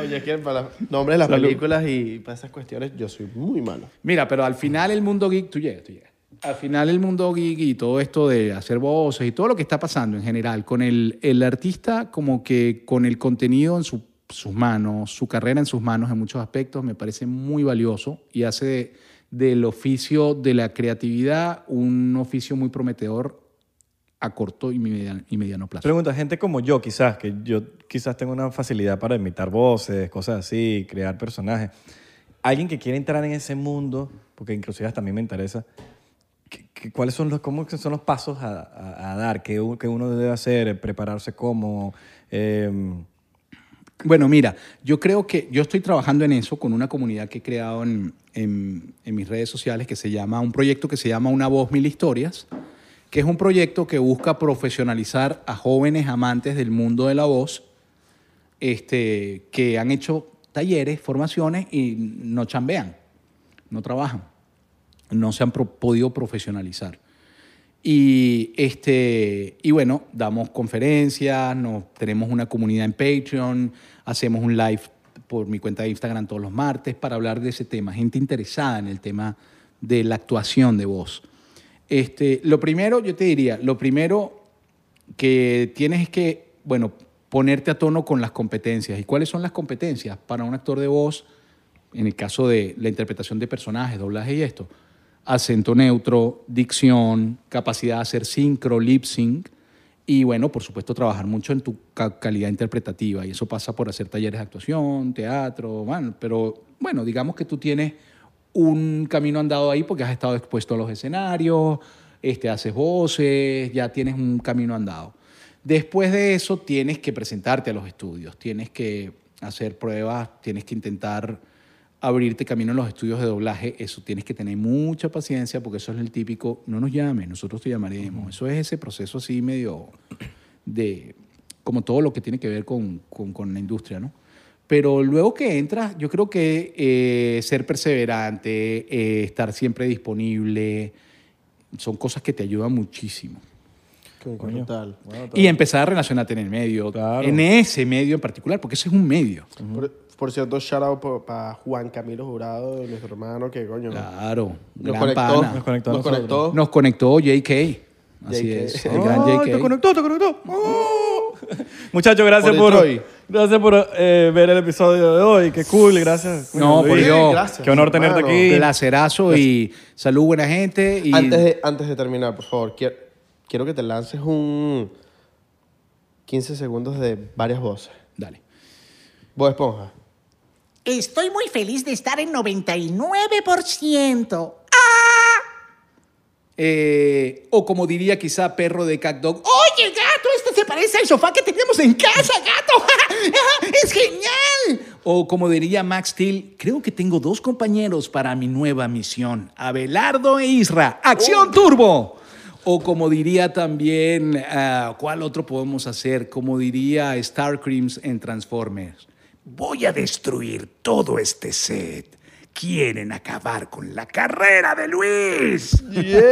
Oye, es que para los nombres de las películas y para esas cuestiones yo soy muy malo.
Mira, pero al final el mundo geek, tú llegas, tú llegas. Al final el mundo geek y todo esto de hacer voces y todo lo que está pasando en general con el, el artista como que con el contenido en su- sus manos, su carrera en sus manos en muchos aspectos, me parece muy valioso y hace de- del oficio de la creatividad un oficio muy prometedor a corto y mediano, y mediano plazo.
Pregunta, gente como yo quizás, que yo quizás tengo una facilidad para imitar voces, cosas así, crear personajes. Alguien que quiere entrar en ese mundo, porque inclusive hasta a mí me interesa, ¿qué- qué- ¿cuáles son los, cómo que son los pasos a, a- a dar? ¿Qué, u- qué uno debe hacer? ¿Prepararse cómo? Em,
Bueno, mira, yo creo que yo estoy trabajando en eso con una comunidad que he creado en, en- en mis redes sociales que se llama, un proyecto que se llama Una Voz Mil Historias, que es un proyecto que busca profesionalizar a jóvenes amantes del mundo de la voz este, que han hecho talleres, formaciones y no chambean, no trabajan, no se han pro- podido profesionalizar. Y, este, y bueno, damos conferencias, nos, tenemos una comunidad en Patreon, hacemos un live por mi cuenta de Instagram todos los martes para hablar de ese tema, gente interesada en el tema de la actuación de voz. Este, lo primero, yo te diría, lo primero que tienes es que, bueno, ponerte a tono con las competencias. ¿Y cuáles son las competencias para un actor de voz? en el caso de la interpretación de personajes, doblaje y esto, acento neutro, dicción, capacidad de hacer sincro, lip sync y bueno, por supuesto, trabajar mucho en tu ca- calidad interpretativa y eso pasa por hacer talleres de actuación, teatro, bueno, pero bueno, digamos que tú tienes un camino andado ahí porque has estado expuesto a los escenarios, este, haces voces, ya tienes un camino andado. Después de eso tienes que presentarte a los estudios, tienes que hacer pruebas, tienes que intentar abrirte camino en los estudios de doblaje, eso tienes que tener mucha paciencia porque eso es el típico, no nos llames, nosotros te llamaremos. Eso es ese proceso así medio de, como todo lo que tiene que ver con, con- con la industria, ¿no? Pero luego que entras, yo creo que eh, ser perseverante, eh, estar siempre disponible, son cosas que te ayudan muchísimo.
Qué brutal.
Y empezar a relacionarte en el medio,
Claro.
en ese medio en particular, porque ese es un medio.
Por, por cierto, shout out para Juan Camilo Jurado, nuestro hermano, que coño.
Claro,
Nos
gran
conectó,
pana.
Nos conectó a nosotros.
nos conectó.
Nos conectó JK. Así
JK.
es, el gran
¡Ay,
JK.
Oh, te conectó, te conectó! ¡Oh! [LAUGHS] Muchachos, gracias
Por
por,
Detroit.
gracias por eh, ver el episodio de hoy. Qué cool, gracias.
No,
Coño,
por
Luis.
Dios.
Gracias,
Qué honor tenerte
hermano.
aquí.
Placerazo y salud, buena gente. Y
Antes, de, antes de terminar, por favor, quiero, quiero que te lances un 15 segundos de varias voces.
Dale.
Vos esponja.
Estoy muy feliz de estar en 99%.
Eh, o como diría quizá perro de Cat Dog. ¡Oh!
Oye, gato, este se parece al sofá que tenemos en casa,
[LAUGHS]
gato. es genial.
O como diría Max Till, creo que tengo dos compañeros para mi nueva misión, Abelardo e Isra. ¡Acción Turbo! O como diría también, ah, ¿cuál otro podemos hacer? Como diría Star Creams en Transformers.
Voy a destruir todo este set. Quieren acabar con la carrera de Luis.
Yeah.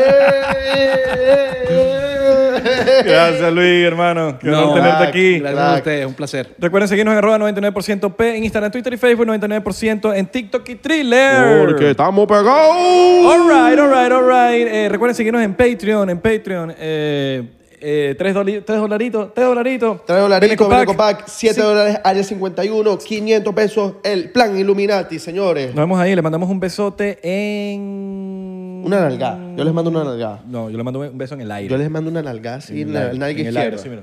Gracias, Luis, hermano. Qué honor tenerte
crack,
aquí.
ah, Gracias a
Crack.
ustedes, un placer.
Recuerden seguirnos en arroba 99% P en Instagram, Twitter y Facebook, 99% en TikTok y Thriller.
estamos pegados.
Alright, alright, alright. Eh, recuerden seguirnos en Patreon, en Patreon. Eh, eh, tres, doli- tres dolaritos, tres dolaritos.
3 dólares,
Beneco Pack.
7
Sí.
dólares, área 51, 500 pesos, el plan Illuminati, señores.
Nos vemos ahí, le mandamos un besote en.
Una nalgada. Yo les mando una nalgada.
No, yo le mando un beso en el aire.
Yo les mando una nalgada así en,
En
la,
el
en la
aire, en el
nalga izquierda.
aire, sí, mira.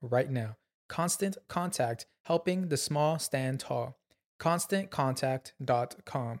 right now. Constant Contact, helping the small stand tall. ConstantContact.com.